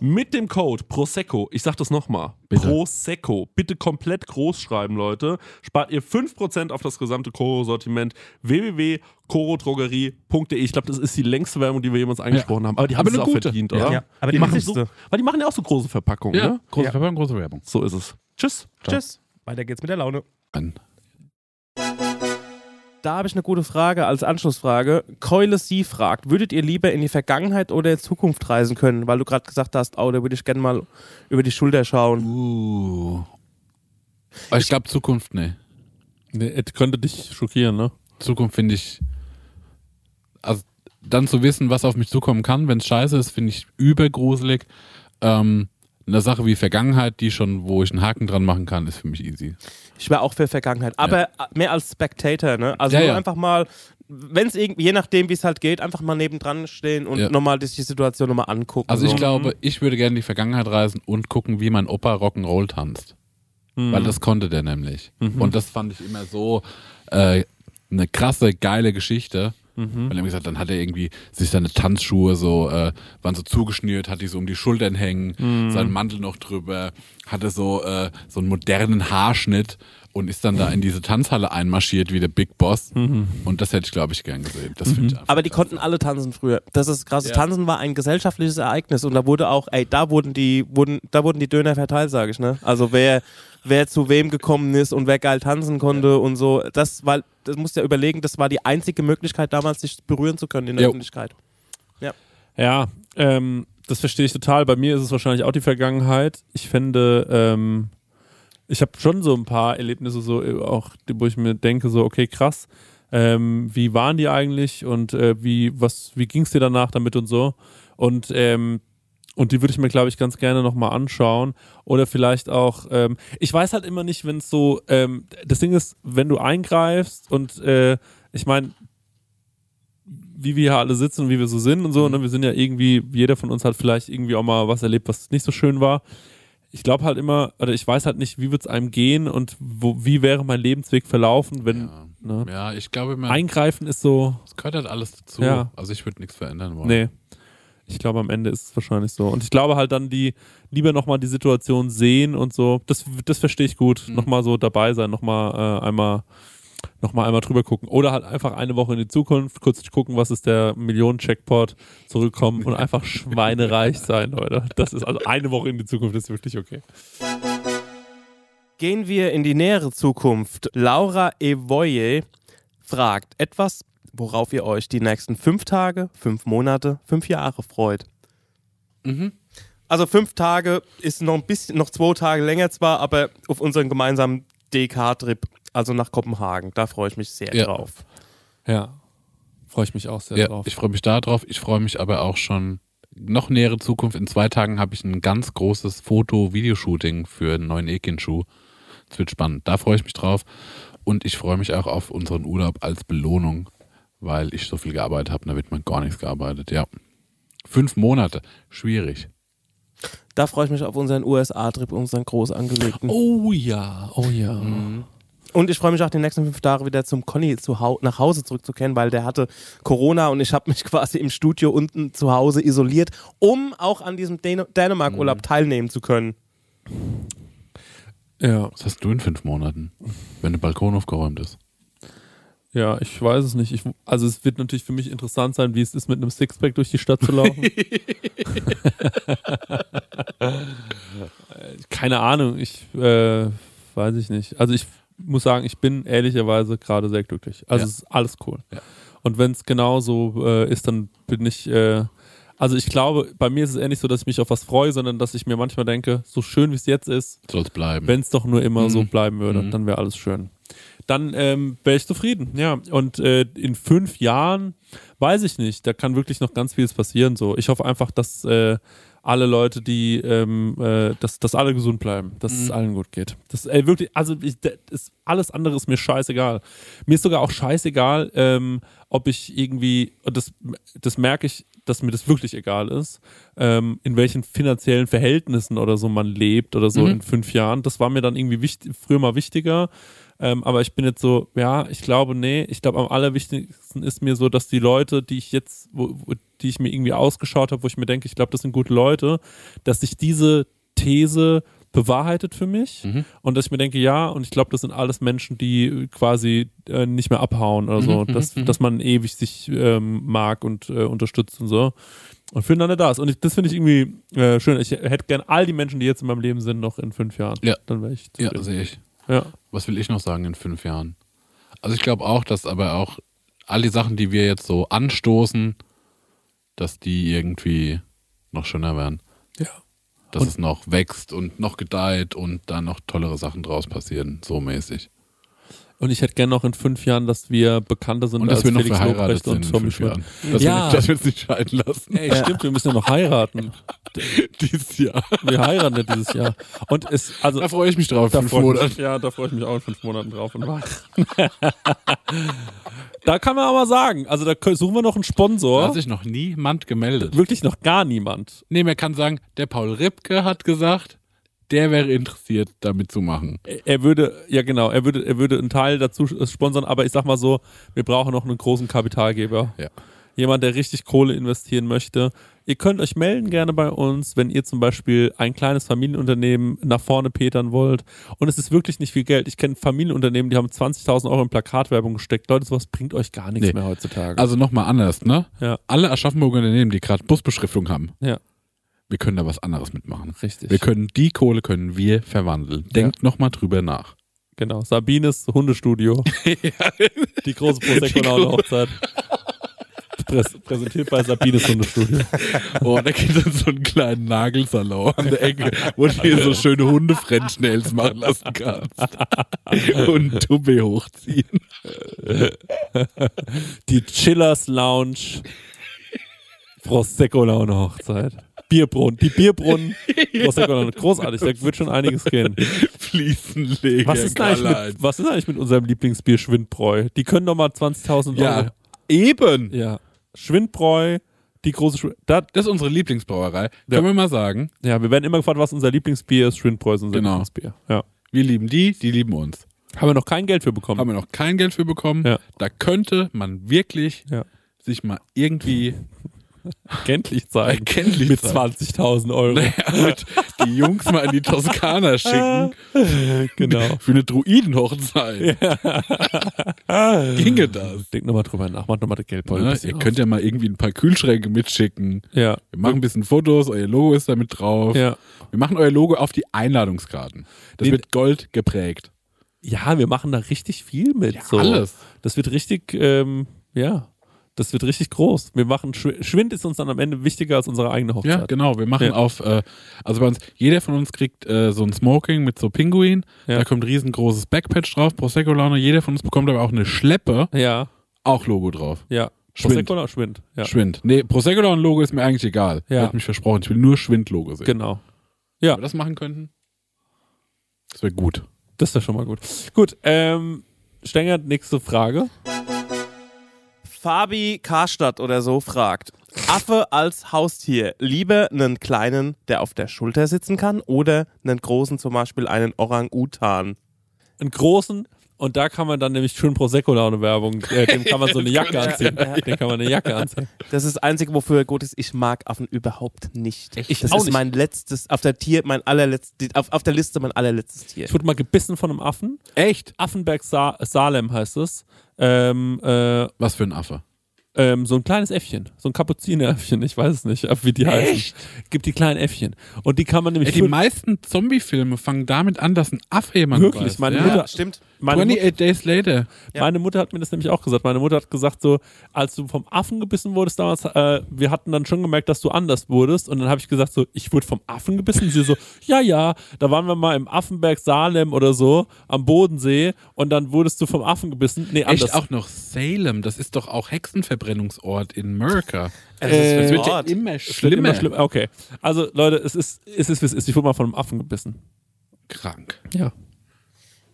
mit dem Code Prosecco, ich sag das nochmal,
Bitte.
Prosecco, bitte komplett groß schreiben, Leute, spart ihr 5% auf das gesamte Koro-Sortiment www.korodrogerie.de. Ich glaube, das ist die längste Werbung, die wir jemals angesprochen haben, aber die haben es
Aber eine
auch
gute.
verdient,
Ja.
oder?
Ja, aber die
machen so,
wichtigste.
Weil die machen ja auch so große Verpackungen,
Ja,
ne?
große
Ja.
Verpackung, große Werbung.
So ist es. Tschüss.
Tschüss. Weiter geht's mit der Laune.
Ein
Da habe ich eine gute Frage als Anschlussfrage. Keule Sie fragt, würdet ihr lieber in die Vergangenheit oder in Zukunft reisen können? Weil du gerade gesagt hast, oh, da würde ich gerne mal über die Schulter schauen.
Uh. Aber ich glaube Zukunft, ne.
Nee, könnte dich schockieren, ne?
Zukunft finde ich Also dann zu wissen, was auf mich zukommen kann, wenn es scheiße ist, finde ich übergruselig. Ähm, eine Sache wie Vergangenheit, die schon, wo ich einen Haken dran machen kann, ist für mich easy.
Ich wäre auch für Vergangenheit, aber mehr als Spectator, ne? Also
Ja,
nur
ja.
einfach mal, wenn es irgendwie, je nachdem, wie es halt geht, einfach mal nebendran stehen und
Ja.
nochmal die die Situation nochmal angucken.
Also ich
so.
glaube, ich würde gerne in die Vergangenheit reisen und gucken, wie mein Opa Rock'n'Roll tanzt. Weil das konnte der nämlich. Und das fand ich immer so äh, eine krasse, geile Geschichte. Weil er mir gesagt, hat, dann hat er irgendwie sich seine Tanzschuhe so, äh, waren so zugeschnürt, hat die so um die Schultern hängen, seinen Mantel noch drüber, hatte so, äh, so einen modernen Haarschnitt und ist dann da in diese Tanzhalle einmarschiert wie der Big Boss. Und das hätte ich, glaube ich, gern gesehen. Das finde ich einfach
Aber die
klasse.
konnten alle tanzen früher. Das ist krass. Tanzen war ein gesellschaftliches Ereignis und da wurde auch, ey, da wurden die, wurden, da wurden die Döner verteilt, sage ich, ne? Also wer, wer zu wem gekommen ist und wer geil tanzen konnte und so. Das, weil, das musst du ja überlegen, das war die einzige Möglichkeit damals, sich berühren zu können in der
Jo.
Öffentlichkeit.
Ja, ähm, das verstehe ich total. Bei mir ist es wahrscheinlich auch die Vergangenheit. Ich fände, ähm, ich habe schon so ein paar Erlebnisse, so äh, auch, die- wo ich mir denke, so, okay, krass, ähm, wie waren die eigentlich und äh, wie, was, wie ging es dir danach damit und so? Und ähm, und die würde ich mir, glaube ich, ganz gerne nochmal anschauen. Oder vielleicht auch, ähm, ich weiß halt immer nicht, wenn es so, ähm, das Ding ist, wenn du eingreifst und äh, ich meine, wie wir hier alle sitzen und wie wir so sind und so, ne? wir sind ja irgendwie, jeder von uns hat vielleicht irgendwie auch mal was erlebt, was nicht so schön war. Ich glaube halt immer, oder ich weiß halt nicht, wie wird es einem gehen und wo, wie wäre mein Lebensweg verlaufen, wenn ne?
Ja, ich glaube, man,
eingreifen ist so,
es gehört halt alles dazu.
Ja.
Also ich würde nichts verändern wollen.
Nee. Ich glaube, am Ende ist es wahrscheinlich so. Und ich glaube halt dann, die lieber nochmal die Situation sehen und so. Das, das verstehe ich gut. Nochmal so dabei sein, nochmal äh, einmal, noch mal einmal drüber gucken. Oder halt einfach eine Woche in die Zukunft, kurz gucken, was ist der Millionen-Checkpot, zurückkommen und *laughs* einfach schweinereich sein, Leute. Das ist also eine Woche in die Zukunft, ist wirklich okay.
Gehen wir in die nähere Zukunft. Laura Evoye fragt etwas, worauf ihr euch die nächsten fünf Tage, fünf Monate, fünf Jahre freut. Also fünf Tage ist noch ein bisschen, noch zwei Tage länger zwar, aber auf unseren gemeinsamen DK-Trip, also nach Kopenhagen, da freue ich mich sehr
Ja.
drauf.
Ja. Freue ich mich auch sehr
Ja,
drauf.
ich freue mich darauf. Ich freue mich aber auch schon noch nähere Zukunft. In zwei Tagen habe ich ein ganz großes Foto-Videoshooting für einen neuen Ekin-Schuh. Das wird spannend. Da freue ich mich drauf. Und ich freue mich auch auf unseren Urlaub als Belohnung, weil ich so viel gearbeitet habe. Da wird man gar nichts gearbeitet. Ja. Fünf Monate. Schwierig.
Da freue ich mich auf unseren USA-Trip, unseren groß angelegten.
Oh ja, oh ja.
Und ich freue mich auch, die nächsten fünf Tage wieder zum Conny zu hau nach Hause zurückzukehren, weil der hatte Corona und ich habe mich *laughs* quasi im Studio unten zu Hause isoliert, um auch an diesem Dän
Mhm.
Dänemark-Urlaub teilnehmen zu können.
Ja.
Was hast du in fünf Monaten, wenn der Balkon aufgeräumt ist?
Ja, ich weiß es nicht. Ich, also es wird natürlich für mich interessant sein, wie es ist, mit einem Sixpack durch die Stadt zu laufen. Äh, *laughs* Keine Ahnung, ich äh, weiß ich nicht. Also ich muss sagen, ich bin ehrlicherweise gerade sehr glücklich. Also
Ja.
es ist alles cool.
Ja.
Und wenn es genau so äh, ist, dann bin ich... Äh, also ich glaube, bei mir ist es eher nicht so, dass ich mich auf was freue, sondern dass ich mir manchmal denke, so schön wie es jetzt ist,
Soll es bleiben?
wenn es doch nur immer so bleiben würde, dann wäre alles schön. Dann ähm, wäre ich zufrieden, ja. Und äh, in fünf Jahren weiß ich nicht, da kann wirklich noch ganz vieles passieren. So, ich hoffe einfach, dass äh, alle Leute, die, ähm, äh, dass, dass alle gesund bleiben, dass es allen gut geht. Das ey, wirklich, also ich, da- ist, alles andere ist mir scheißegal. Mir ist sogar auch scheißegal, ähm, ob ich irgendwie und das, das merke ich, dass mir das wirklich egal ist, ähm, in welchen finanziellen Verhältnissen oder so man lebt oder so in fünf Jahren. Das war mir dann irgendwie wichtig, früher mal wichtiger. Ähm, aber ich bin jetzt so, ja, ich glaube, nee, ich glaube, am allerwichtigsten ist mir so, dass die Leute, die ich jetzt, wo, wo, die ich mir irgendwie ausgeschaut habe, wo ich mir denke, ich glaube, das sind gute Leute, dass sich diese These bewahrheitet für mich
Mhm.
und dass ich mir denke, ja, und ich glaube, das sind alles Menschen, die quasi äh, nicht mehr abhauen oder
Mhm,
so, dass, dass man ewig sich ähm, mag und äh, unterstützt und so und füreinander da ist. Und ich, das finde ich irgendwie äh, schön. Ich hätte gern all die Menschen, die jetzt in meinem Leben sind, noch in fünf Jahren.
Ja.
Dann wäre ich
ja,
zufrieden.
sehe ich.
ja.
was will ich noch sagen in fünf Jahren? Also ich glaube auch, dass aber auch all die Sachen, die wir jetzt so anstoßen, dass die irgendwie noch schöner werden.
ja.
Dass es noch wächst und noch gedeiht und dann noch tollere Sachen draus passieren, so mäßig.
Und ich hätte gerne noch in fünf Jahren, dass wir bekannter sind
Und dass
als
wir noch
also Felix
verheiratet
Lobrecht
sind
und
in
Tommy
fünf
Schmidt.
Jahren. Dass
Ja.
wir, dass wir uns nicht scheiden lassen.
Ey, stimmt, wir müssen ja noch heiraten.
*laughs* Dieses Jahr.
Wir heiraten ja dieses Jahr. Und es, also,
*laughs* Da freue ich mich drauf.
da
Fünf
freue ich
Monate.
mich, ja, da freue ich mich auch in fünf Monaten drauf. Und *laughs* da kann man aber sagen, also da kö- suchen wir noch einen
Da hat
Sponsor.
sich noch niemand gemeldet.
Wirklich noch gar niemand.
Nee, man kann sagen, der Paul Ripke hat gesagt, der wäre interessiert, damit zu machen.
Er würde, ja genau, er würde, er würde einen Teil dazu äh, sponsern, aber ich sag mal so, wir brauchen noch einen großen Kapitalgeber.
Ja.
Jemand, der richtig Kohle investieren möchte. Ihr könnt euch melden gerne bei uns, wenn ihr zum Beispiel ein kleines Familienunternehmen nach vorne petern wollt. Und es ist wirklich nicht viel Geld. Ich kenne Familienunternehmen, die haben 20.000 Euro in Plakatwerbung gesteckt. Leute, sowas bringt euch gar nichts
Nee.
mehr heutzutage.
Also nochmal anders, ne?
Ja.
Alle Aschaffenburger Unternehmen, die gerade Busbeschriftung haben,
ja,
wir können da was anderes mitmachen.
richtig.
Wir können die Kohle können wir verwandeln. Denkt nochmal drüber nach.
Genau, Sabines
*laughs*
Hundestudio. Die große
Die
Prosecco
gro-
Hochzeit. Präs präsentiert bei Sabines Hundestudio.
Oh, da gibt es so einen kleinen Nagelsalon an der Ecke, wo du dir so schöne Hunde-French-Nails machen lassen kannst. Und Tubbe hochziehen.
Die Chillers Lounge. Prosecco Laune Hochzeit. Bierbrunnen, die Bierbrunnen.
*laughs*
Prosecco Laune. Großartig, da wird schon einiges gehen.
Fließen legen.
Was ist, denn eigentlich mit, was ist eigentlich mit unserem Lieblingsbier Schwindbräu? Die können doch mal 20.000 Euro.
Ja, eben.
ja. Schwindbräu, die große Schwind da,
Das ist unsere Lieblingsbrauerei. Können wir mal sagen,
Ja, wir werden immer gefragt, was unser Lieblingsbier ist. Schwindbräu ist unser
Genau.
Lieblingsbier. Ja.
wir lieben die, die lieben uns.
Haben wir noch kein Geld für bekommen.
Haben wir noch kein Geld für bekommen.
Ja.
Da könnte man wirklich
Ja.
sich mal irgendwie
kenntlich zeigen.
Erkenntlich
mit
zeigen. *laughs*
20.000 Euro.
mit die Jungs mal in
*laughs*
die Toskana schicken.
genau.
Für eine Druidenhochzeit. *laughs* Ginge das.
Denk nochmal drüber nach, macht nochmal das Geldbeutel. ein
Ne?
bisschen
Ihr könnt ja mal irgendwie ein paar Kühlschränke mitschicken.
auf. ja.
Wir machen ein bisschen Fotos, euer Logo ist damit drauf.
Ja.
Wir machen euer Logo auf die Einladungskarten. Das
Nee,
wird Gold geprägt.
ja, wir machen da richtig viel mit.
Ja,
so.
alles.
Das wird richtig, ähm, ja, das wird richtig groß. Wir machen, Schw- Schwind ist uns dann am Ende wichtiger als unsere eigene Hochzeit.
Ja, genau. Wir machen
Ja.
auf, äh, also bei uns, jeder von uns kriegt äh, so ein Smoking mit so Pinguin.
Ja.
Da kommt riesengroßes Backpatch drauf, Prosecco-Laune. Jeder von uns bekommt aber auch eine Schleppe,
Ja,
auch Logo drauf.
ja.
Schwind.
Prosecco oder Schwind. Ja,
Schwind. Nee, Prosecco-Laune-Logo ist mir eigentlich egal.
Ja.
Ich hab mich versprochen. Ich will nur Schwind-Logo sehen.
genau.
Wenn wir das machen könnten, das wäre gut.
Das wäre schon mal gut. Gut, ähm, Stenger, nächste Frage.
Fabi Karstadt oder so fragt: Affe als Haustier. Lieber einen kleinen, der auf der Schulter sitzen kann, oder einen großen, zum Beispiel einen Orang-Utan?
einen großen und da kann man dann nämlich schön Prosecco Laune Werbung, äh, dem kann man
*laughs*
so eine Jacke anziehen. Dem kann man eine Jacke anziehen.
Das ist das Einzige, wofür er gut ist. Ich mag Affen überhaupt nicht.
Ich
das
auch
ist
nicht.
mein letztes, auf der Tier, mein allerletztes, auf, auf der Liste mein allerletztes Tier.
Ich wurde mal gebissen von einem Affen.
Echt?
Affenberg Sa Salem heißt es. Ähm, äh,
Was für ein Affe.
ähm, so ein kleines Äffchen, so ein Kapuzineräffchen, ich weiß es nicht, äh, wie die heißen. Gibt die kleinen Äffchen. Und die kann man nämlich
Ey, die
für-
meisten Zombie-Filme fangen damit an, dass ein Affe jemanden
Wirklich,
beißt.
meine
ja.
Mutter-
Stimmt.
meine, Mut,
28 Days Later.
Ja.
meine Mutter hat mir das nämlich auch gesagt. Meine Mutter hat gesagt, so, als du vom Affen gebissen wurdest damals, äh, wir hatten dann schon gemerkt, dass du anders wurdest. Und dann habe ich gesagt, so, ich wurde vom Affen gebissen. Sie so, *laughs* ja, ja, da waren wir mal im Affenberg Salem oder so am Bodensee und dann wurdest du vom Affen gebissen. Nee, anders.
Echt auch noch Salem, das ist doch auch Hexenverbrennungsort in America.
Es ist ein
das Äh, wird ja
Ort.
immer
Es wird
schlimmer.
immer schlimm. Okay. Also, Leute, es ist, es ist, wie es ist. Ich wurde mal von einem Affen gebissen.
Krank.
Ja.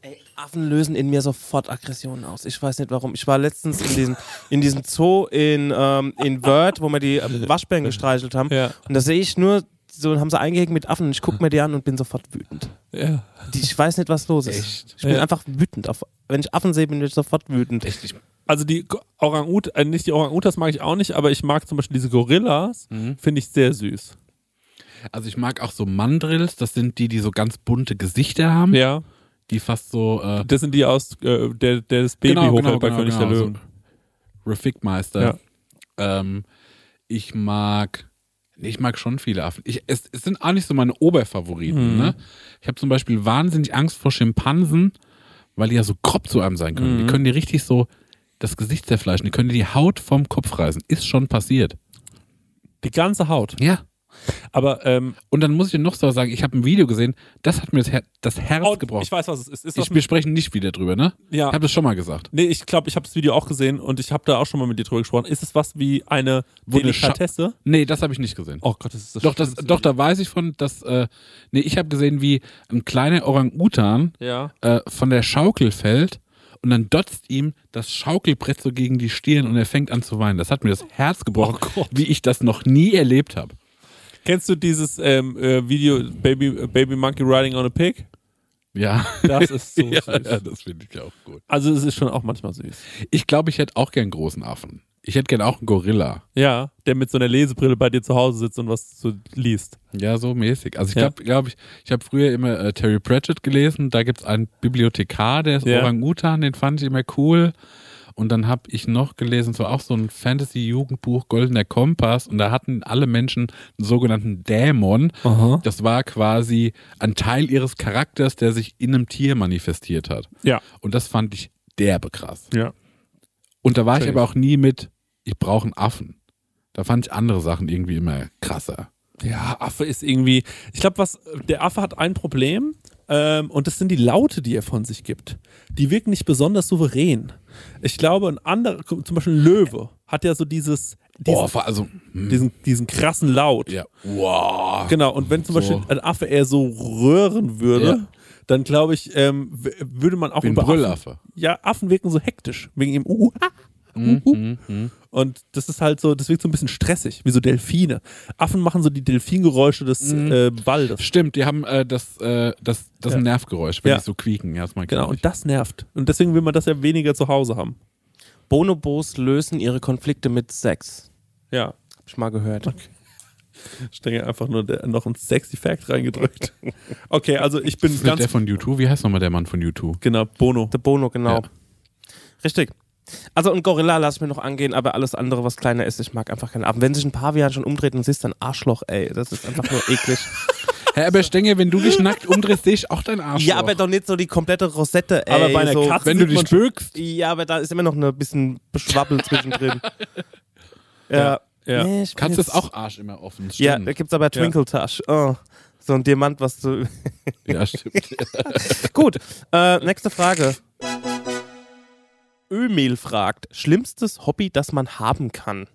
Ey, Affen lösen in mir sofort Aggressionen aus. Ich weiß nicht warum. Ich war letztens in diesem, in diesem Zoo in, ähm, in Wörth, wo wir die ähm, Waschbären gestreichelt haben.
Ja.
Und da sehe ich nur, so haben sie eingehegt mit Affen und ich gucke mir die an und bin sofort wütend.
Ja.
Die, ich weiß nicht, was los ist.
Echt?
Ich bin
Ja.
einfach wütend. Auf, wenn ich Affen sehe, bin ich sofort wütend.
Echt, ich,
Also die Go- Orang-Ut, äh, nicht die Orang-Utas mag ich auch nicht, aber ich mag zum Beispiel diese Gorillas,
Mhm.
finde ich sehr süß.
also ich mag auch so Mandrills, das sind die, die so ganz bunte Gesichter haben,
Ja.
die fast so äh,
Das sind die aus äh, der, der das Baby hochhält bei König der Löwen.
So Rafik Meister. Ähm, ich mag, nee, ich mag schon viele Affen. Ich, es, es sind auch nicht so meine Oberfavoriten. Ne? Ich habe zum Beispiel wahnsinnig Angst vor Schimpansen, weil die ja so grob zu einem sein können. Die können dir richtig so das Gesicht zerfleischen. Die können dir die Haut vom Kopf reißen. Ist schon passiert.
Die ganze Haut.
Ja.
Aber ähm,
Und dann muss ich dir noch so sagen, ich habe ein Video gesehen, das hat mir das, Her das Herz
oh,
gebrochen.
ich weiß, was es ist. ist das
Ich, wir sprechen nicht wieder drüber, ne?
Ja.
Ich habe das schon mal gesagt.
Nee, ich glaube, ich habe das Video auch gesehen und ich habe da auch schon mal mit dir drüber gesprochen. Ist es was wie eine
Wo eine Scha-
Delikatesse?
Nee, das habe ich nicht gesehen.
Oh Gott, das ist das
doch, das,
Schlimmste.
doch, da weiß ich von, dass, äh, nee, ich habe gesehen, wie ein kleiner Orang-Utan
Ja.
äh, von der Schaukel fällt und dann dotzt ihm das Schaukelbrett so gegen die Stirn und er fängt an zu weinen. Das hat mir das Herz gebrochen,
Oh Gott.
wie ich das noch nie erlebt habe.
Kennst du dieses ähm, äh, Video Baby, äh, Baby Monkey Riding on a Pig? *laughs*
Ja.
Das ist so
ja,
süß.
ja, das finde ich auch gut.
Also es ist schon auch manchmal süß.
Ich glaube, ich hätte auch gern einen großen Affen. Ich hätte gern auch einen Gorilla.
Ja, der mit so einer Lesebrille bei dir zu Hause sitzt und was so liest.
Ja, so mäßig. Also ich
Ja.
glaube, glaub ich, ich habe früher immer äh, Terry Pratchett gelesen. Da gibt es einen Bibliothekar, der ist
Ja.
Orang-Utan, den fand ich immer cool. Und dann habe ich noch gelesen, es war auch so ein Fantasy-Jugendbuch, Goldener Kompass. Und da hatten alle Menschen einen sogenannten Dämon.
Aha.
Das war quasi ein Teil ihres Charakters, der sich in einem Tier manifestiert hat.
Ja.
Und das fand ich derbe krass.
Ja.
Und da war ich
Safe.
aber auch nie mit, ich brauche einen Affen. Da fand ich andere Sachen irgendwie immer krasser.
Ja, Affe ist irgendwie. Ich glaube, was der Affe hat ein Problem ähm, und das sind die Laute, die er von sich gibt. Die wirken nicht besonders souverän. Ich glaube, ein anderer, zum Beispiel ein Löwe, hat ja so dieses,
Boah,
diesen,
vor- also, hm.
diesen, diesen krassen Laut.
Ja. Wow.
Genau, und wenn zum
So.
Beispiel ein Affe eher so röhren würde,
Ja.
dann glaube ich, ähm, w- würde man auch
Wie ein
über Affen,
Brüllaffe.
ja, Affen wirken so hektisch, wegen ihm uh, ha, uh,
Mhm,
uh. Und das ist halt so, das wirkt so ein bisschen stressig, wie so Delfine. Affen machen so die Delfingeräusche des
Mhm.
äh, Waldes.
Stimmt, die haben äh, das, äh, das, das ist ein
Ja.
Nervgeräusch, wenn
Ja.
die so quieken. Ja, das mal
Genau, und das nervt. Und deswegen will man das ja weniger zu Hause haben.
Bonobos lösen ihre Konflikte mit Sex.
Ja.
Hab ich mal gehört.
Ich denke einfach nur der, noch ein sexy Fact reingedrückt. Okay, also ich bin
Ganz der
ganz.
von U2, wie heißt nochmal der Mann von
*laughs*
U2?
Genau, Bono.
Der Bono, genau.
Ja.
Richtig. Also ein Gorilla lasse ich mir noch angehen, aber alles andere, was kleiner ist, ich mag einfach keinen Affen. Wenn sich ein Pavian schon umdreht und siehst, dann Arschloch, ey. Das ist einfach nur eklig.
Herr aber Stenger, wenn du dich nackt umdrehst, sehe ich auch dein Arschloch.
ja, aber doch nicht so die komplette Rosette, ey.
Aber bei einer
so.
Katze-
wenn du
sieht
dich
man-
bückst.
Ja, aber da ist immer noch ein bisschen Beschwabbel zwischendrin. Ja.
Ja.
Nee, ich bin
Katze
jetzt-
ist auch Arsch immer offen.
Ja,
Stimmt.
da gibt's aber Twinkle Touch. Oh. So ein Diamant, was du. *laughs*
ja stimmt.
Gut, äh, nächste Frage. Ömil fragt: Schlimmstes Hobby, das man haben kann?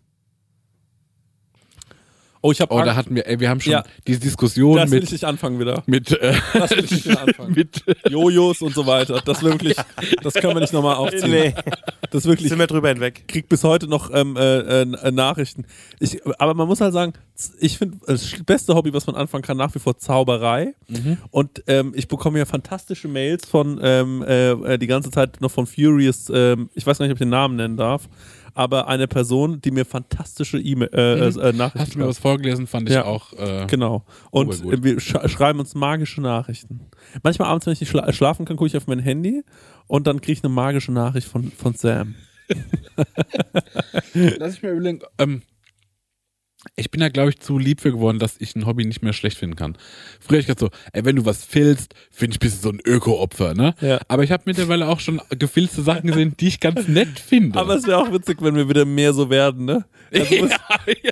Oh, ich habe
Oh, da hatten wir, ey, wir haben schon
Ja.
diese Diskussion
Das will ich
mit,
nicht anfangen wieder.
mit, äh,
Das will ich nicht wieder anfangen.
*laughs* mit,
Jojos und so weiter. Das
*laughs*
wirklich, das können wir nicht nochmal aufziehen.
Nee,
Das wirklich,
sind wir drüber hinweg.
krieg bis heute noch ähm, äh, äh, Nachrichten. Ich, aber man muss halt sagen, z- ich finde das beste Hobby, was man anfangen kann, nach wie vor Zauberei.
Mhm.
Und ähm, ich bekomme ja fantastische Mails von ähm, äh, äh, die ganze Zeit noch von Furious, ähm, ich weiß gar nicht, ob ich den Namen nennen darf, aber eine Person, die mir fantastische e äh, äh, Nachrichten
Mhm. hast du mir
schreibt.
was vorgelesen, fand ich
Ja.
auch, äh,
Genau. Und
Aber gut.
wir sch schreiben uns magische Nachrichten. Manchmal abends, wenn ich nicht schla schlafen kann, gucke ich auf mein Handy und dann kriege ich eine magische Nachricht von, von Sam.
Lass ich mir überlegen. Ähm, ich bin da, glaube ich, zu lieb für geworden, dass ich ein Hobby nicht mehr schlecht finden kann. Früher hab ich gedacht so, ey, wenn du was filzt, finde ich, bist du so ein Öko-Opfer, ne?
Ja.
Aber ich habe mittlerweile auch schon gefilzte Sachen gesehen, die ich ganz nett finde.
Aber es wäre auch witzig, wenn wir wieder mehr so werden, ne? Also,
*laughs* Ja,
muss-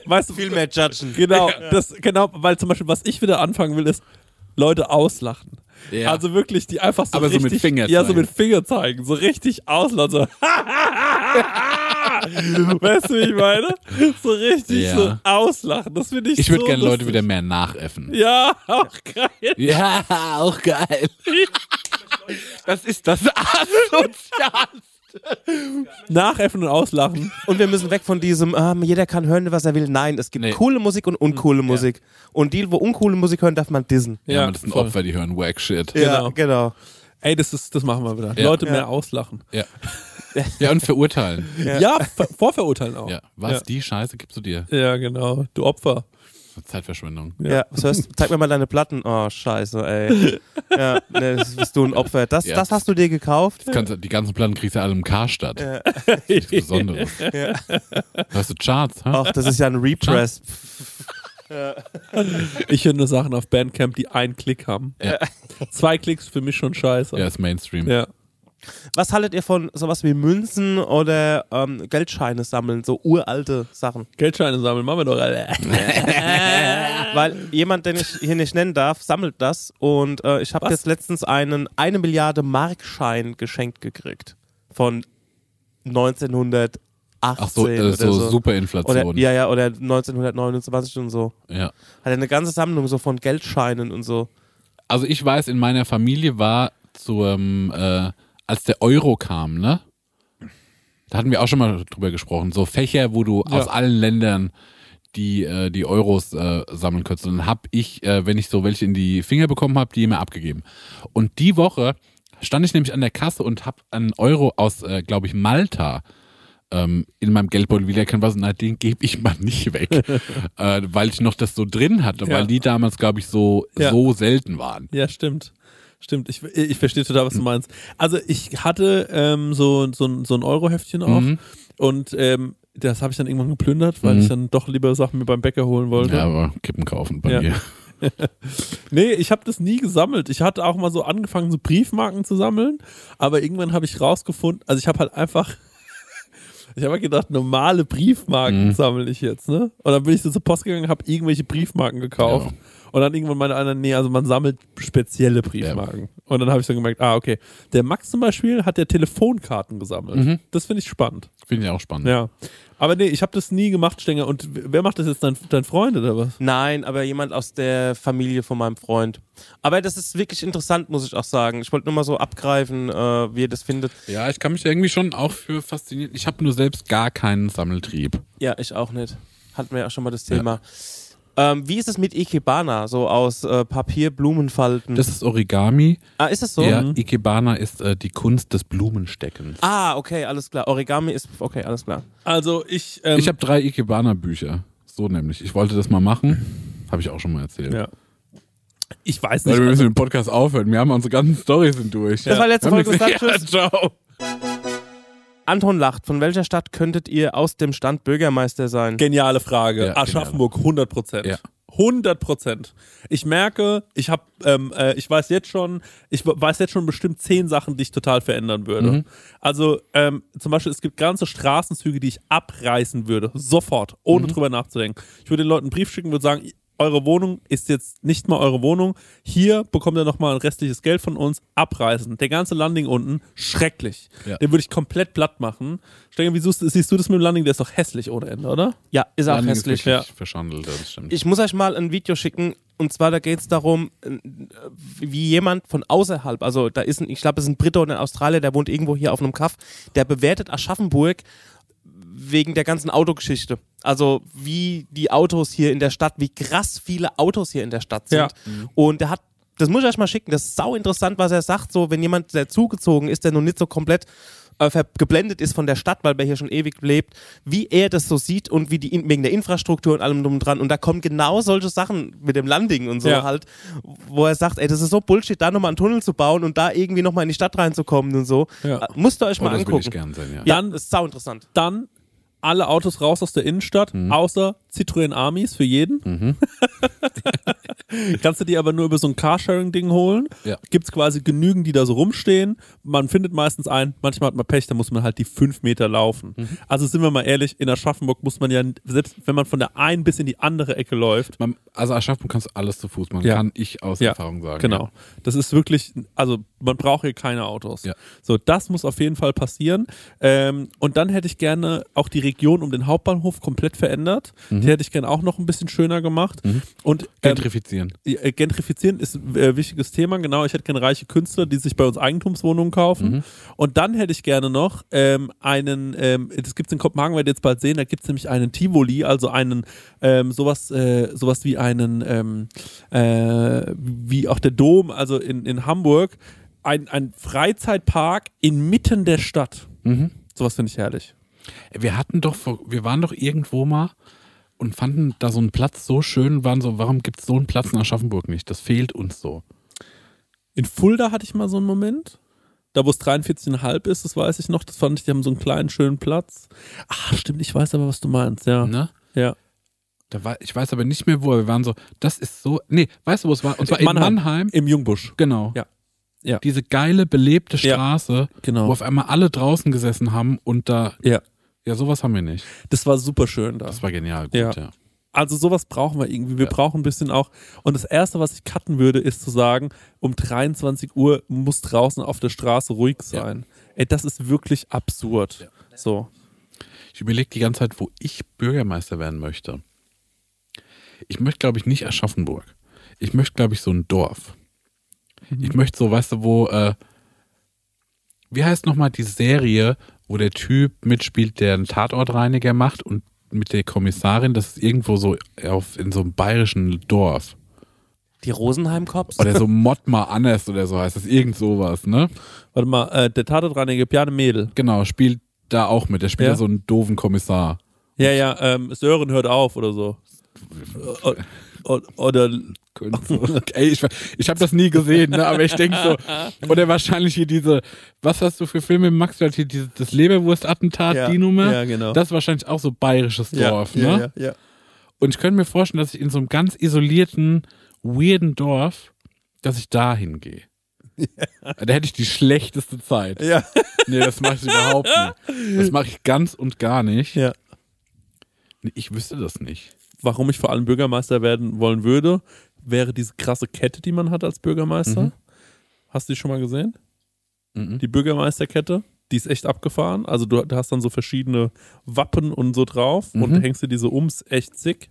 Weißt du,
Viel mehr judgen.
genau, das, genau, weil zum Beispiel, was ich wieder anfangen will, ist Leute auslachen.
Ja.
Also wirklich, die einfach so
Aber so mit
richtig,
Finger
Ja, so
zeigen.
mit Finger zeigen, so richtig auslachen. So. *laughs* weißt du, wie ich meine? So richtig
Ja.
so auslachen. Das finde ich
ich würde
so
gerne Leute
lustig.
wieder mehr nachäffen.
Ja, auch geil.
Ja, auch geil. Das ist das Asozial.
Nachäffen und auslachen.
Und wir müssen weg von diesem, ähm, jeder kann hören, was er will. Nein, es gibt
Nee.
coole Musik und uncoole Musik. Und die, wo uncoole Musik hören, darf man dissen.
Ja, aber das sind Opfer, die hören Wack-Shit.
Genau.
Ja, genau.
Ey, das, ist, das machen wir wieder.
Ja.
Leute
Ja.
mehr auslachen.
Ja. ja, und verurteilen.
Ja, ver vorverurteilen auch.
Ja.
Ja.
Was,
Ja.
die Scheiße gibst du dir?
genau. Du Opfer.
Zeitverschwendung.
Ja. was hörst du? Zeig mir mal deine Platten. Oh, scheiße, ey. ja, ne, das bist du ein Opfer. Das,
Ja.
das hast du dir gekauft?
Das kannst, die ganzen Platten kriegst du alle im Karstadt. Ja.
*laughs*
Nichts Besonderes. Hast du Charts, ha?
Ach, das ist ja ein Repress.
Ich höre nur Sachen auf Bandcamp, die einen Klick haben.
Ja.
Zwei Klicks für mich schon scheiße.
Ja, ist Mainstream.
Ja.
Was haltet ihr von sowas wie Münzen oder ähm, Geldscheine sammeln? So uralte Sachen.
*laughs*
Geldscheine sammeln, machen wir doch alle.
*laughs* weil jemand, den ich hier nicht nennen darf, sammelt das und äh, ich habe jetzt letztens einen eine Milliarde Markschein geschenkt gekriegt von 1918
Ach so, äh,
oder
so, Superinflation.
Oder, ja, ja, oder 1929 und so.
ja.
Hat er eine ganze Sammlung so von Geldscheinen und so.
Also ich weiß, in meiner Familie war zum, äh, als der Euro kam, ne? Da hatten wir auch schon mal drüber gesprochen. So Fächer, wo du aus allen Ländern die, äh, die Euros äh, sammeln könntest. Und dann hab ich, äh, wenn ich so welche in die Finger bekommen habe, die immer abgegeben. Und die Woche stand ich nämlich an der Kasse und hab einen Euro aus, äh, glaube ich, Malta ähm, in meinem Geldbeutel wiedererkannt, was, na, den gebe ich mal nicht weg, äh, weil ich noch das so drin hatte,
Ja.
weil die damals, glaube ich, so,
Ja.
so selten waren.
Ja, stimmt. Stimmt, ich, ich verstehe total, was du meinst. Also ich hatte ähm, so, so, ein- so ein Euroheftchen auf
Mhm.
und ähm, das habe ich dann irgendwann geplündert, weil
Mhm.
ich dann doch lieber Sachen mir beim Bäcker holen wollte.
Ja, aber Kippen kaufen bei
Ja.
mir. *laughs*
Nee, ich habe das nie gesammelt. Ich hatte auch mal so angefangen, so Briefmarken zu sammeln, aber irgendwann habe ich rausgefunden, also ich habe halt einfach, *laughs* ich habe halt gedacht, normale Briefmarken
Mhm.
sammle ich jetzt, ne? Und dann bin ich so zur Post gegangen, habe irgendwelche Briefmarken gekauft und dann irgendwann meine einer, nee, also man sammelt spezielle Briefmarken. Und dann habe ich dann gemerkt, ah, okay, der Max zum Beispiel hat der Telefonkarten gesammelt.
Mhm.
Das finde ich spannend,
Finde ich auch spannend.
ja. Aber nee, ich habe das nie gemacht, Stenger. Und wer macht das jetzt? Dein, dein Freund oder was?
Nein, aber jemand aus der Familie von meinem Freund. Aber das ist wirklich interessant, muss ich auch sagen. Ich wollte nur mal so abgreifen, äh, wie ihr das findet.
Ja, ich kann mich da irgendwie schon auch für faszinieren. Ich habe nur selbst gar keinen Sammeltrieb.
Ja, ich auch nicht. Hatten wir ja auch schon mal das Thema. Ähm, wie ist es mit Ikebana, so aus äh, Papier, Blumenfalten?
Das ist Origami.
ah, ist es so?
Ja,
Mhm.
Ikebana ist äh, die Kunst des
Ähm.
Blumensteckens.
Ah, okay, alles klar. Origami ist, okay, alles klar.
Also ich. Ähm,
Ich habe drei Ikebana-Bücher. So nämlich. Ich wollte das mal machen. Habe ich auch schon mal erzählt.
Ja. Ich weiß
Leute,
nicht.
wir müssen den Podcast aufhören. Wir haben unsere ganzen Storys sind durch.
Das war letzte
Wir haben
Folge.
nichts-
Bis dann.
Ja,
Tschüss.
ciao.
Anton lacht. Von welcher Stadt könntet ihr aus dem Stand Bürgermeister sein?
Geniale Frage.
Ja,
Aschaffenburg, 100 Prozent.
Ja.
100 Prozent. Ich merke, ich habe, ähm, äh, ich weiß jetzt schon, ich weiß jetzt schon bestimmt zehn Sachen, die ich total verändern würde.
Mhm.
Also ähm, zum Beispiel, es gibt ganze Straßenzüge, die ich abreißen würde, sofort,
Mhm.
ohne drüber nachzudenken. Ich würde den Leuten einen Brief schicken, würde sagen, eure Wohnung ist jetzt nicht mal eure Wohnung. Hier bekommt ihr nochmal ein restliches Geld von uns. Abreißen. Der ganze Landing unten, schrecklich.
Ja.
Den würde ich komplett platt machen. Stenger, wie siehst, du- siehst du das mit dem Landing? Der ist doch hässlich ohne Ende, oder?
Ja, ist auch
Landing ist
hässlich.
wirklich Verschandelt, ja, das stimmt.
Ich muss euch mal ein Video schicken. Und zwar, da geht es darum, äh, wie jemand von außerhalb, also da ist ein, ich glaube, es ist ein Brite und ein Australier, der wohnt irgendwo hier auf einem Kaff, der bewertet Aschaffenburg wegen der ganzen Autogeschichte. Also wie die Autos hier in der Stadt, wie krass viele Autos hier in der Stadt sind.
Ja.
Und der hat, das muss ich euch mal schicken, das ist sau interessant, was er sagt, so wenn jemand, der zugezogen ist, der noch nicht so komplett äh, ver- geblendet ist von der Stadt, weil er hier schon ewig lebt, wie er das so sieht und wie die in- wegen der Infrastruktur und allem drum und dran. Und da kommen genau solche Sachen mit dem Landing und so
Ja.
halt, wo er sagt, ey, das ist so Bullshit, da nochmal einen Tunnel zu bauen und da irgendwie nochmal in die Stadt reinzukommen und so.
Ja.
Äh, Musst ihr euch
oh,
mal
das würde ich
angucken.
gern sehen, ja.
Ja,
Dann-
das ist sau interessant.
dann alle Autos raus aus der Innenstadt, außer Citroën Amis für jeden. *laughs* Kannst du die aber nur über so ein Carsharing-Ding holen.
Ja.
Gibt es quasi genügend, die da so rumstehen. Man findet meistens einen, manchmal hat man Pech, da muss man halt die fünf Meter laufen. Also sind wir mal ehrlich, in Aschaffenburg muss man ja, selbst wenn man von der einen bis in die andere Ecke läuft,
Man, also Aschaffenburg kannst du alles zu Fuß machen,
Ja.
kann ich aus
Ja,
Erfahrung sagen.
Genau. Das ist wirklich, also man braucht hier keine Autos.
Ja.
So, das muss auf jeden Fall passieren. Ähm, und dann hätte ich gerne auch die Region um den Hauptbahnhof komplett verändert.
Mhm.
Die hätte ich gerne auch noch ein bisschen schöner gemacht. Und ähm,
Gentrifizieren.
äh, Gentrifizieren ist ein äh, wichtiges Thema, genau. Ich hätte gerne reiche Künstler, die sich bei uns Eigentumswohnungen kaufen. Und dann hätte ich gerne noch ähm, einen, ähm, das gibt es in Kopenhagen, werdet ihr jetzt bald sehen, da gibt es nämlich einen Tivoli, also einen, ähm, sowas, äh, sowas wie einen, ähm, äh, wie auch der Dom, also in, in Hamburg, ein, ein Freizeitpark inmitten der Stadt. Sowas finde ich herrlich.
Wir hatten doch, vor, wir waren doch irgendwo mal und fanden da so einen Platz so schön, waren so, warum gibt es so einen Platz in Aschaffenburg nicht? Das fehlt uns so.
In Fulda hatte ich mal so einen Moment. Da, wo es 43,5 ist, das weiß ich noch. Das fand ich, die haben so einen kleinen, schönen Platz. Ah, stimmt, ich weiß aber, was du meinst, ja.
Ne?
Ja.
Da war, ich weiß aber nicht mehr wo, aber wir waren so, das ist so, nee, weißt du, wo es war? Und zwar in Mannheim.
Im Jungbusch.
Genau.
Ja. Ja.
Diese geile, belebte
Ja.
Straße,
Genau.
wo auf einmal alle draußen gesessen haben und da,
Ja.
ja, sowas haben wir nicht.
Das war super schön da.
Das war genial, gut,
Ja.
ja.
Also sowas brauchen wir irgendwie. Wir brauchen ein bisschen auch. Und das Erste, was ich cutten würde, ist zu sagen, um 23 Uhr muss draußen auf der Straße ruhig sein. Ey, das ist wirklich absurd. So.
Ich überlege die ganze Zeit, wo ich Bürgermeister werden möchte. Ich möchte, glaube ich, nicht Aschaffenburg. Ich möchte, glaube ich, so ein Dorf. Ich möchte so, weißt du, wo, äh, wie heißt nochmal die Serie, wo der Typ mitspielt, der einen Tatortreiniger macht und mit der Kommissarin, das ist irgendwo so auf, in so einem bayerischen Dorf.
Die Rosenheim-Cops?
Oder so Mottmar Annes oder so heißt das, irgend sowas, ne?
Warte mal, äh, der Tatortreiniger Bjarne Mädel.
Genau, spielt da auch mit. Der spielt
Ja.
ja so einen doofen Kommissar.
Ja, ja, ähm, Sören hört auf oder so. O- o- Oder
*laughs* Ey, ich ich habe das nie gesehen, ne? aber ich denke so. Oder wahrscheinlich hier diese, was hast du für Filme, Max? Du hast Hier diese, das Leberwurst-Attentat,
Ja,
die Nummer.
ja, genau.
Das ist wahrscheinlich auch so bayerisches Dorf. ne?
ja, ja.
Und ich könnte mir vorstellen, dass ich in so einem ganz isolierten, weirden Dorf, dass ich da hingehe. Da hätte ich die schlechteste Zeit.
Ja.
Nee, das mache ich überhaupt nicht. Das mache ich ganz und gar nicht.
Ja.
Nee, Ich wüsste das nicht.
*laughs* Warum ich vor allem Bürgermeister werden wollen würde, wäre diese krasse Kette, die man hat als Bürgermeister. Hast du die schon mal gesehen?
Mhm.
Die Bürgermeisterkette, die ist echt abgefahren. Also du, du hast dann so verschiedene Wappen und so drauf und hängst dir diese ums, echt sick.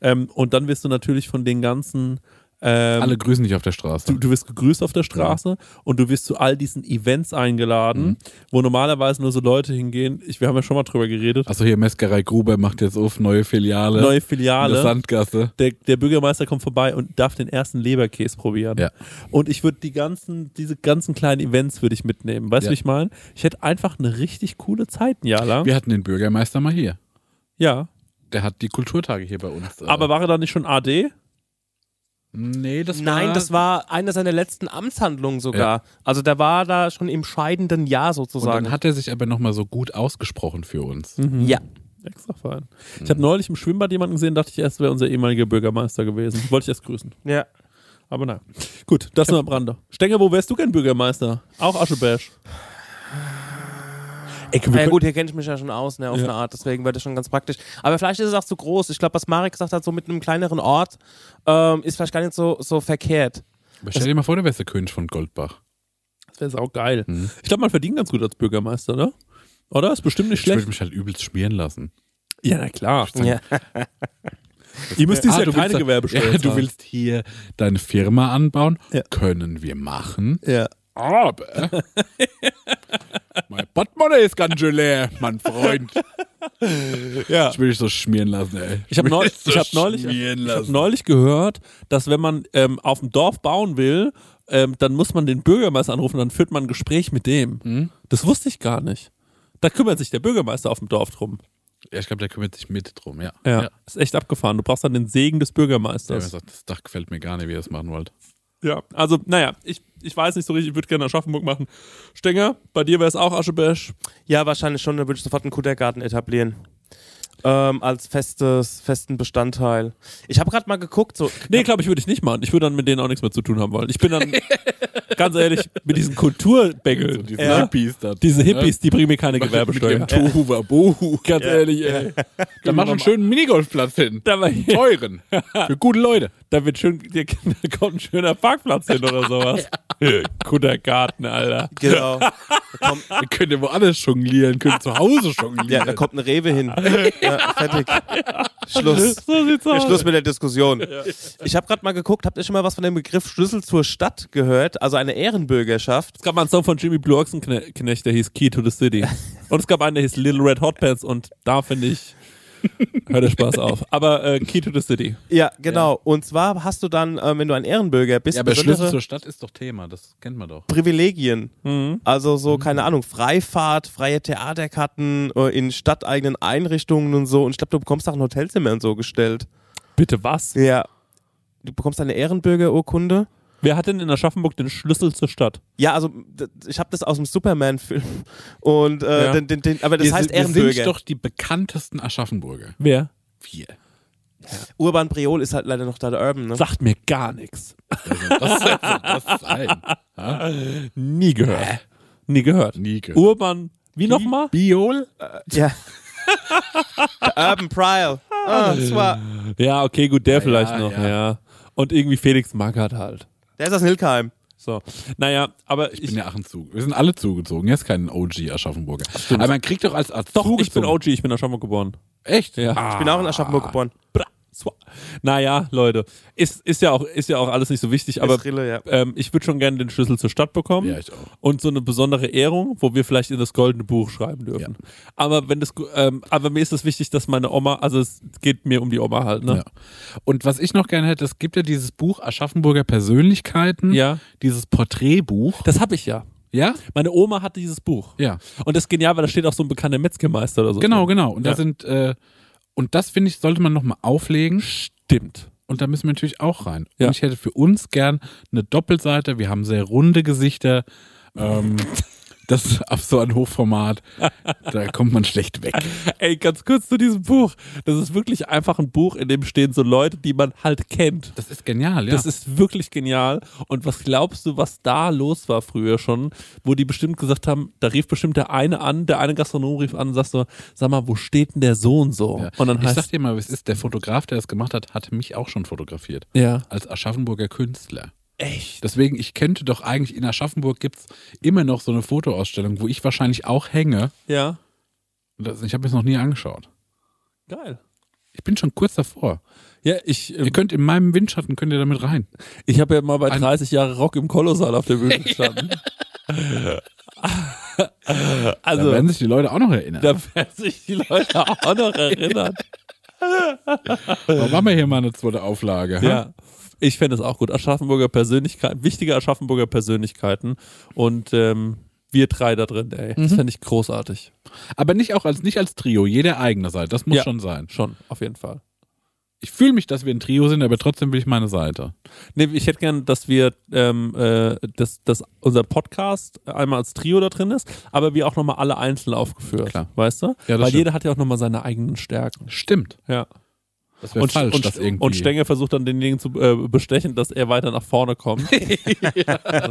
Ähm, und dann wirst du natürlich von den ganzen ähm,
Alle grüßen dich auf der Straße.
du, du wirst gegrüßt auf der Straße und du wirst zu all diesen Events eingeladen, wo normalerweise nur so Leute hingehen. Ich, wir haben ja schon mal drüber geredet.
Also hier Meskerei Gruber macht jetzt auf neue Filiale.
Neue
in der
Filiale.
Sandgasse.
Der, der Bürgermeister kommt vorbei und darf den ersten Leberkäse probieren.
Ja.
Und ich würde die ganzen, diese ganzen kleinen Events würde ich mitnehmen. Weißt du,
Ja.
wie ich meine? Ich hätte einfach eine richtig coole Zeit ein Jahr lang.
Wir hatten den Bürgermeister mal hier.
Ja.
Der hat die Kulturtage hier bei uns. äh,
Aber war er da nicht schon AD?
nee, das war
Nein, das war eine seiner letzten Amtshandlungen sogar. Also der war da schon im scheidenden Jahr
Und
sozusagen.
dann hat er sich aber nochmal so gut ausgesprochen für uns.
Mhm.
ja.
Extra fein. Ich habe neulich im Schwimmbad jemanden gesehen, dachte ich erst, wäre unser ehemaliger Bürgermeister gewesen. Wollte ich erst grüßen.
ja.
Aber naja. Gut, das nur am Rande. Stenger, wo wärst du gern Bürgermeister? Auch Aschebash. Ey, können wir-
Na ja, gut, hier kenne ich mich ja schon aus, ne, auf
Ja.
eine Art, deswegen wäre das schon ganz praktisch. Aber vielleicht ist es auch zu groß. Ich glaube, was Marek gesagt hat, so mit einem kleineren Ort, ähm, ist vielleicht gar nicht so, so verkehrt.
Aber
Also
stell dir mal vor, du wärst der König von Goldbach.
Das wäre saugeil. Ich glaube, man verdient ganz gut als Bürgermeister, ne? Oder? Ist bestimmt nicht
Ich würde
schlecht.
mich halt übelst schmieren lassen.
Ja, na klar.
Ja.
*laughs* Ihr müsst dieses
Ah,
Jahr
willst
keine
da-
Gewerbesteuer
ja, Du
zahlen.
willst hier deine Firma anbauen?
Ja.
Können wir machen.
Ja.
Aber mein Portemonnaie ist ganz schön leer, mein Freund.
ja.
Ich will dich so schmieren lassen, ey.
Ich habe
will
neulich,
dich so
ich hab neulich,
schmieren
ich hab
lassen.
neulich gehört, dass wenn man ähm, auf dem Dorf bauen will, ähm, dann muss man den Bürgermeister anrufen, dann führt man ein Gespräch mit dem.
Mhm.
Das wusste ich gar nicht. Da kümmert sich der Bürgermeister auf dem Dorf drum.
Ja, ich glaube, der kümmert sich mit drum, ja.
Ja,
ja.
ist echt abgefahren. Du brauchst dann den Segen des
Der mir
Bürgermeisters.
sagt, das Dach gefällt mir gar nicht, wie ihr das machen wollt. genau.
Ja, also, naja, ich, ich weiß nicht so richtig, ich würde gerne Aschaffenburg machen. Stenger, bei dir wäre es auch Aschebesch.
ja, wahrscheinlich schon, da würde ich sofort einen Kudergarten etablieren. Ähm, als festes, festen Bestandteil. Ich habe gerade mal geguckt, so
Nee, glaube ich, würde ich nicht machen. Ich würde dann mit denen auch nichts mehr zu tun haben wollen. Ich bin
*laughs*
dann, ganz ehrlich, mit diesen Kulturbängeln,
So diese
ja,
Hippies da.
diese
ne?
Hippies, die bringen mir keine
Mit dem
Gewerbesteuer.
Tohu Wabohu.
Ganz ehrlich, ey.
Da mach einen schönen Minigolfplatz hin.
Da, war, *laughs*
Teuren. Für gute Leute.
da, wird schön, da *laughs* kommt ein schöner Parkplatz hin oder
*laughs*
sowas. Guter Garten, Alter.
genau. Da kommt,
Ihr könnt ja woanders jonglieren, könnt zu Hause
ja,
jonglieren.
da kommt eine Rewe hin. ja, fertig. Schluss.
So sieht's aus.
Schluss mit der Diskussion. Ich habe gerade mal geguckt, habt ihr schon mal was von dem Begriff Schlüssel zur Stadt gehört? Also eine Ehrenbürgerschaft.
Es gab mal einen Song von Jimmy Blue Ochsenknecht, der hieß Key to the City. Und es gab einen, der hieß Little Red Hot Pants und da finde ich, hört der Spaß auf. Aber äh, Key to the City.
Ja, genau. Und zwar hast du dann, äh, wenn du ein Ehrenbürger bist,
Ja, aber Schlüssel
besondere
zur Stadt ist doch Thema, das kennt man doch.
Privilegien. Also so, keine Ahnung, Freifahrt, freie Theaterkarten äh, in stadteigenen Einrichtungen und so. Und ich glaube, du bekommst auch ein Hotelzimmer und so gestellt.
Bitte was?
Ja. Du bekommst eine Ehrenbürgerurkunde.
Wer hat denn in Aschaffenburg den Schlüssel zur Stadt?
Ja, also d- ich habe das aus dem Superman-Film. Und äh,
Ja.
den, den, den, aber das heißt
wir sind-
Ehrenbürger.
Wir sind doch die bekanntesten Aschaffenburger.
Wer?
Wir.
Urban Priol ist halt leider noch da der Urban. Ne?
Sagt mir gar nichts.
Also, was soll
*laughs*
das sein? Ha?
Nie gehört. Nie gehört.
Nie gehört.
Urban, wie nochmal?
*laughs* Biol?
Ja. der Urban Priol. Ah, das war,
Ja, okay, gut, der vielleicht
ja,
noch,
ja.
ja. Und irgendwie Felix Magath halt.
der ist aus Nilkheim.
So. Naja, aber ich.
Ich bin ja Aachen zu. Wir sind alle zugezogen. Jetzt kein OG Aschaffenburger. Aber man kriegt doch als, als
doch, ich bin
zugezogen-
OG, ich bin Aschaffenburg geboren.
Echt? Ah.
Ja.
Ich bin auch in Aschaffenburg geboren.
Bra. Swa- Naja, Leute, ist, ist, ja auch, ist ja auch alles nicht so wichtig, aber
Ist Rille, ja.
ähm, ich würde schon gerne den Schlüssel zur Stadt bekommen.
Ja, ich auch.
Und so eine besondere Ehrung, wo wir vielleicht in das goldene Buch schreiben dürfen. Aber wenn das, gu- ähm, aber mir ist es wichtig, dass meine Oma, also es geht mir um die Oma halt, ne?
Ja. Und was ich noch gerne hätte, es gibt ja dieses Buch Aschaffenburger Persönlichkeiten.
Ja.
Dieses Porträtbuch.
Das habe ich ja.
Ja?
Meine Oma hatte dieses Buch.
Ja.
Und das ist genial, weil da steht auch so ein bekannter Metzgermeister oder so.
Genau,
drin.
genau. Und da
Ja.
sind, äh, und das finde ich, sollte man nochmal auflegen.
Stimmt.
Und da müssen wir natürlich auch rein.
Ja.
Und ich hätte für uns gern eine Doppelseite. Wir haben sehr runde Gesichter.
*laughs*
Ähm, das ist auf so ein Hochformat. Da kommt man schlecht weg.
Ey, ganz kurz zu diesem Buch. Das ist wirklich einfach ein Buch, in dem stehen so Leute, die man halt kennt.
Das ist genial, ja.
Das ist wirklich genial. Und was glaubst du, was da los war früher schon, wo die bestimmt gesagt haben, da rief bestimmt der eine an, der eine Gastronom rief an und sagt so, sag mal, wo steht denn der Sohn so?
ja.
Und dann
ich
heißt
sag dir mal, es ist der Fotograf, der das gemacht hat, hat mich auch schon fotografiert.
ja,
Als Aschaffenburger Künstler.
echt.
Deswegen, ich könnte doch eigentlich, in Aschaffenburg gibt es immer noch so eine Fotoausstellung, wo ich wahrscheinlich auch hänge.
Ja,
Das, ich habe mir das noch nie angeschaut.
geil.
Ich bin schon kurz davor.
Ja, ich,
Ihr
ähm,
könnt in meinem Windschatten, könnt ihr damit rein.
ich habe ja mal bei
Ein-
30 Jahre Rock im Kolossal auf der
*laughs*
Bühne gestanden.
da
also,
werden sich die Leute auch noch erinnern.
da werden sich die Leute auch noch
*laughs*
erinnern.
Warum haben wir hier mal eine zweite Auflage? ha?
Ja. Ich fände es auch gut. Aschaffenburger Persönlichkeiten, wichtige Aschaffenburger Persönlichkeiten. Und ähm, wir drei da drin, ey.
Mhm.
Das fände ich großartig.
Aber nicht auch als nicht als Trio, jeder eigene Seite. Das muss
Ja.
schon sein.
Schon, auf jeden Fall.
Ich fühle mich, dass wir ein Trio sind, aber trotzdem will ich meine Seite.
Nee, ich hätte gern, dass wir, ähm, äh, dass, dass unser Podcast einmal als Trio da drin ist, aber wir auch nochmal alle einzeln aufgeführt.
Klar.
Weißt du?
das
Weil
stimmt.
jeder hat ja auch nochmal seine eigenen Stärken.
Stimmt.
Ja.
Das wäre falsch,
und,
das irgendwie.
und Stenger versucht dann denjenigen zu äh, bestechen, dass er weiter nach vorne *laughs* kommt. Was,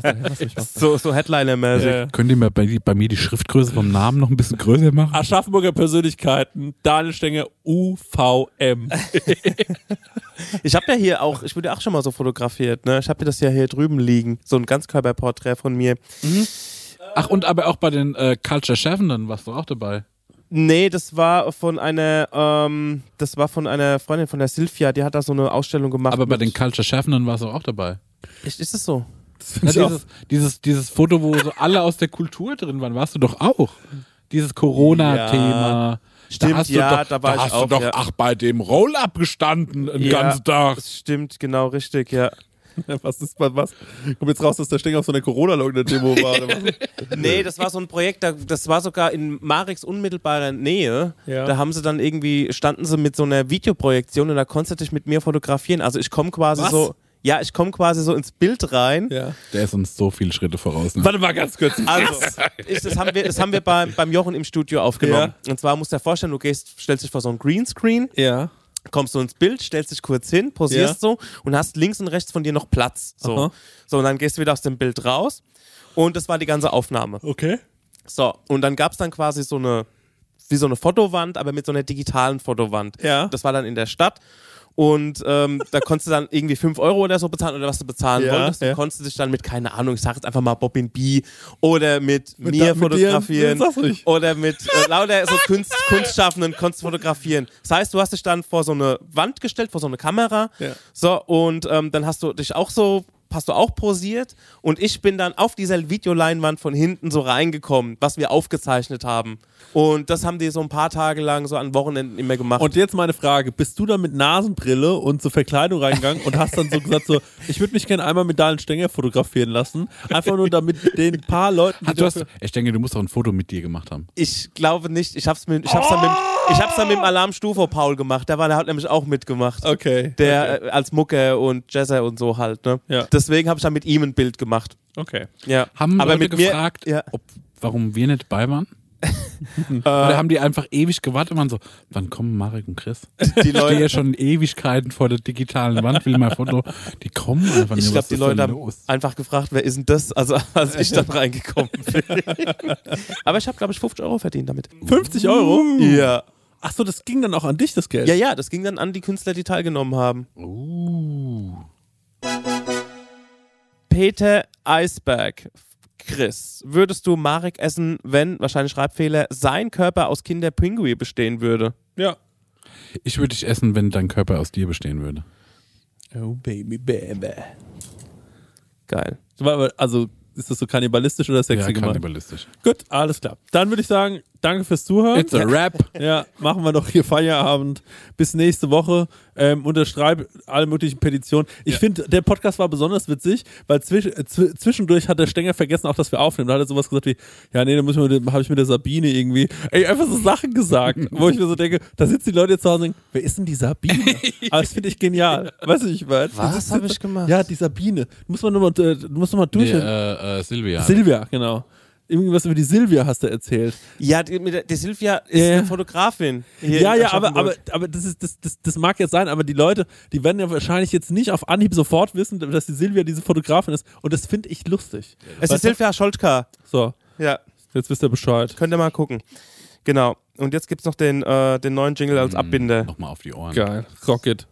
was mich macht.
So, so Headliner-mäßig.
Äh,
Könnt ihr mir bei, bei mir die Schriftgröße vom Namen noch ein bisschen größer machen?
Aschaffenburger Persönlichkeiten, Daniel Stenger, UVM.
Ich habe ja hier auch, ich wurde ja auch schon mal so fotografiert, ne? Ich habe das ja hier drüben liegen. So ein Ganzkörperporträt von mir.
Ah.
Ach, und aber auch bei den äh, Culture Chefenden warst du auch dabei.
Nee, das war von einer, ähm, das war von einer Freundin von der Silvia, die hat da so eine Ausstellung gemacht.
Aber bei
mit-
den Culture Chefenden warst du
*laughs*
auch dabei.
Echt, ist es so?
Ja,
ich
dieses, dieses, dieses Foto, wo so alle aus der Kultur drin waren, warst du doch auch. Dieses Corona-Thema.
Stimmt,
da hast
ja,
du doch,
da war ich
hast
auch,
du doch,
ja.
ach, bei dem Roll-Up gestanden den
Ja.
ganzen Tag.
Das stimmt, genau richtig, ja.
*laughs* Was ist was? was? Kommt jetzt raus, dass der Stenger auf so einer Corona-Leugner-Demo war. Oder was? *laughs*
Nee, das war so ein Projekt, da- das war sogar in Mareks unmittelbarer Nähe.
Ja.
Da haben sie dann irgendwie, standen sie mit so einer Videoprojektion und da konntest du dich mit mir fotografieren. Also ich komme quasi
Was?
so, ja, ich komme quasi so ins Bild rein.
ja.
Der ist uns so viele Schritte voraus. Ne?
Warte mal ganz kurz.
Also, ich, das haben wir, das haben wir bei, beim Jochen im Studio aufgenommen. Und zwar musst du dir vorstellen, du gehst, stellst dich vor so ein Greenscreen,
Ja.
kommst du ins Bild, stellst dich kurz hin, posierst so und hast links und rechts von dir noch Platz. So.
Aha.
so, und dann gehst du wieder aus dem Bild raus. Und das war die ganze Aufnahme.
Okay.
So, und dann gab es dann quasi so eine, wie so eine Fotowand, aber mit so einer digitalen Fotowand.
Ja.
Das war dann in der Stadt. Und ähm, da konntest du dann irgendwie 5 Euro oder so bezahlen oder was du bezahlen
Ja,
wolltest. Du
ja.
konntest dich dann mit, keine Ahnung, ich sag jetzt einfach mal Bobbin B oder mit, mir
da- mit dir?
fotografieren
Sag's ruhig.
oder mit äh, lauter so Kunst, Kunstschaffenden konntest du fotografieren. Das heißt, du hast dich dann vor so eine Wand gestellt, vor so eine Kamera.
Ja.
So, und ähm, dann hast du dich auch so, hast du auch posiert und ich bin dann auf dieser Videoleinwand von hinten so reingekommen, was wir aufgezeichnet haben. Und das haben die so ein paar Tage lang so an Wochenenden immer gemacht.
Und jetzt meine Frage: Bist du da mit Nasenbrille und zur Verkleidung reingegangen und hast dann so gesagt, so, ich würde mich gerne einmal mit Daniel Stenger fotografieren lassen? Einfach nur damit den paar Leuten. die
Du hast,
dafür-
ich denke, du musst doch ein Foto mit dir gemacht haben.
ich glaube nicht, ich hab's, mit, ich hab's, dann, mit, ich hab's dann mit dem Alarm Stufo Paul gemacht, der, war, der hat nämlich auch mitgemacht.
okay.
Der äh, als Mucke und Jazzer und so halt, ne?
Ja.
Deswegen habe ich dann mit ihm ein Bild gemacht.
Okay.
Ja.
Haben
aber
Leute
mit
gefragt,
Mir, ja.
ob, warum wir nicht bei
*laughs*
waren?
Äh.
Oder haben die einfach ewig gewartet und waren so, wann kommen Marek und Chris?
Die
Ich
*laughs*
stehe
Leute,
ja schon Ewigkeiten vor der digitalen Wand, will mein Foto. Die kommen einfach nicht.
ich
Was
glaube,
ist
die Leute
denn
haben
los?
einfach gefragt, wer ist denn das? Also, als *laughs* ich dann *laughs*
Uh.
reingekommen bin. aber ich habe, glaube ich, 50 Euro verdient damit.
50 Euro?
Ja.
Ach so, das ging dann auch an dich, das Geld.
Ja, ja, das ging dann an die Künstler, die teilgenommen haben.
Uh.
Peter Eisberg. Chris, würdest du Marek essen, wenn, wahrscheinlich Schreibfehler, sein Körper aus Kinderpingui bestehen würde?
ja.
Ich würde dich essen, wenn dein Körper aus dir bestehen würde.
Oh, Baby, Baby.
Geil.
Also, ist das so kannibalistisch oder sexy gemacht?
kannibalistisch.
Gut, alles klar. Dann würde ich sagen, danke fürs Zuhören.
It's a rap.
Ja, machen wir doch hier Feierabend. Bis nächste Woche. Ähm, unterschreibe alle möglichen Petitionen. Ich finde, der Podcast war besonders witzig, weil zwisch, äh, zw- zwischendurch hat der Stenger vergessen, auch dass wir aufnehmen. Da hat er sowas gesagt wie, ja, nee, da muss ich mit, habe ich mit der Sabine irgendwie. Ey, einfach so Sachen gesagt, wo ich mir so denke, da sitzen die Leute jetzt zu Hause und denken, wer ist denn die Sabine? Aber das finde ich genial. Weißt du, ich meine.
Was habe ich gemacht?
Ja, die Sabine. Muss man nochmal äh, muss noch mal durch.
Nee, äh, äh, Silvia.
Silvia, genau. Irgendwas über die Silvia hast du erzählt.
Ja, die, mit der, die Silvia ist
Ja.
eine Fotografin. Hier
Ja,
in
ja, aber, aber,
Aschaffenburg.
aber das, ist, das, das, das mag jetzt sein, aber die Leute, die werden ja wahrscheinlich jetzt nicht auf Anhieb sofort wissen, dass die Silvia diese Fotografin ist. Und das finde ich lustig.
Es ist Silvia Scholtka.
So,
Ja,
jetzt wisst ihr Bescheid.
könnt ihr mal gucken. Genau. Und jetzt gibt's noch den, äh, den neuen Jingle als Abbinder.
Nochmal auf die Ohren.
Geil. Rocket.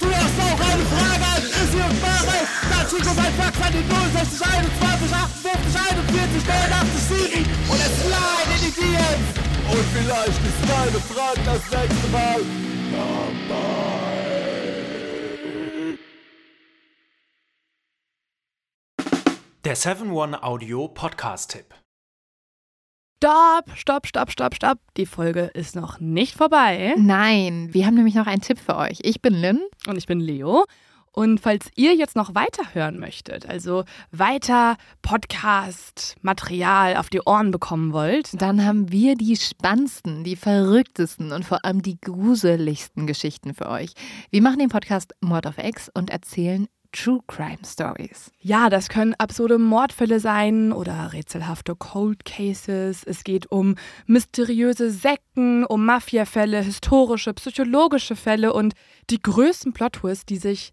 Du hast auch eine Frage an Isir Barek. Dann schick uns ein Fax an die 060 21 58 41 89 Siri und es slide in die DMs. Und vielleicht ist deine Frage das nächste Mal.
Der 7-One Audio Podcast-Tipp.
Stopp, stopp, stopp, stopp, stopp. Die Folge ist noch nicht vorbei.
Nein, wir haben nämlich noch einen Tipp für euch. Ich bin Lynn.
Und ich bin Leo. Und falls ihr jetzt noch weiterhören möchtet, also weiter Podcast-Material auf die Ohren bekommen wollt,
Dann haben wir die spannendsten, die verrücktesten und vor allem die gruseligsten Geschichten für euch. Wir machen den Podcast Mord of X und erzählen True Crime Stories.
ja, das können absurde Mordfälle sein oder rätselhafte Cold Cases. Es geht um mysteriöse Sekten, um Mafiafälle, historische, psychologische Fälle und die größten Plot-Twists, die sich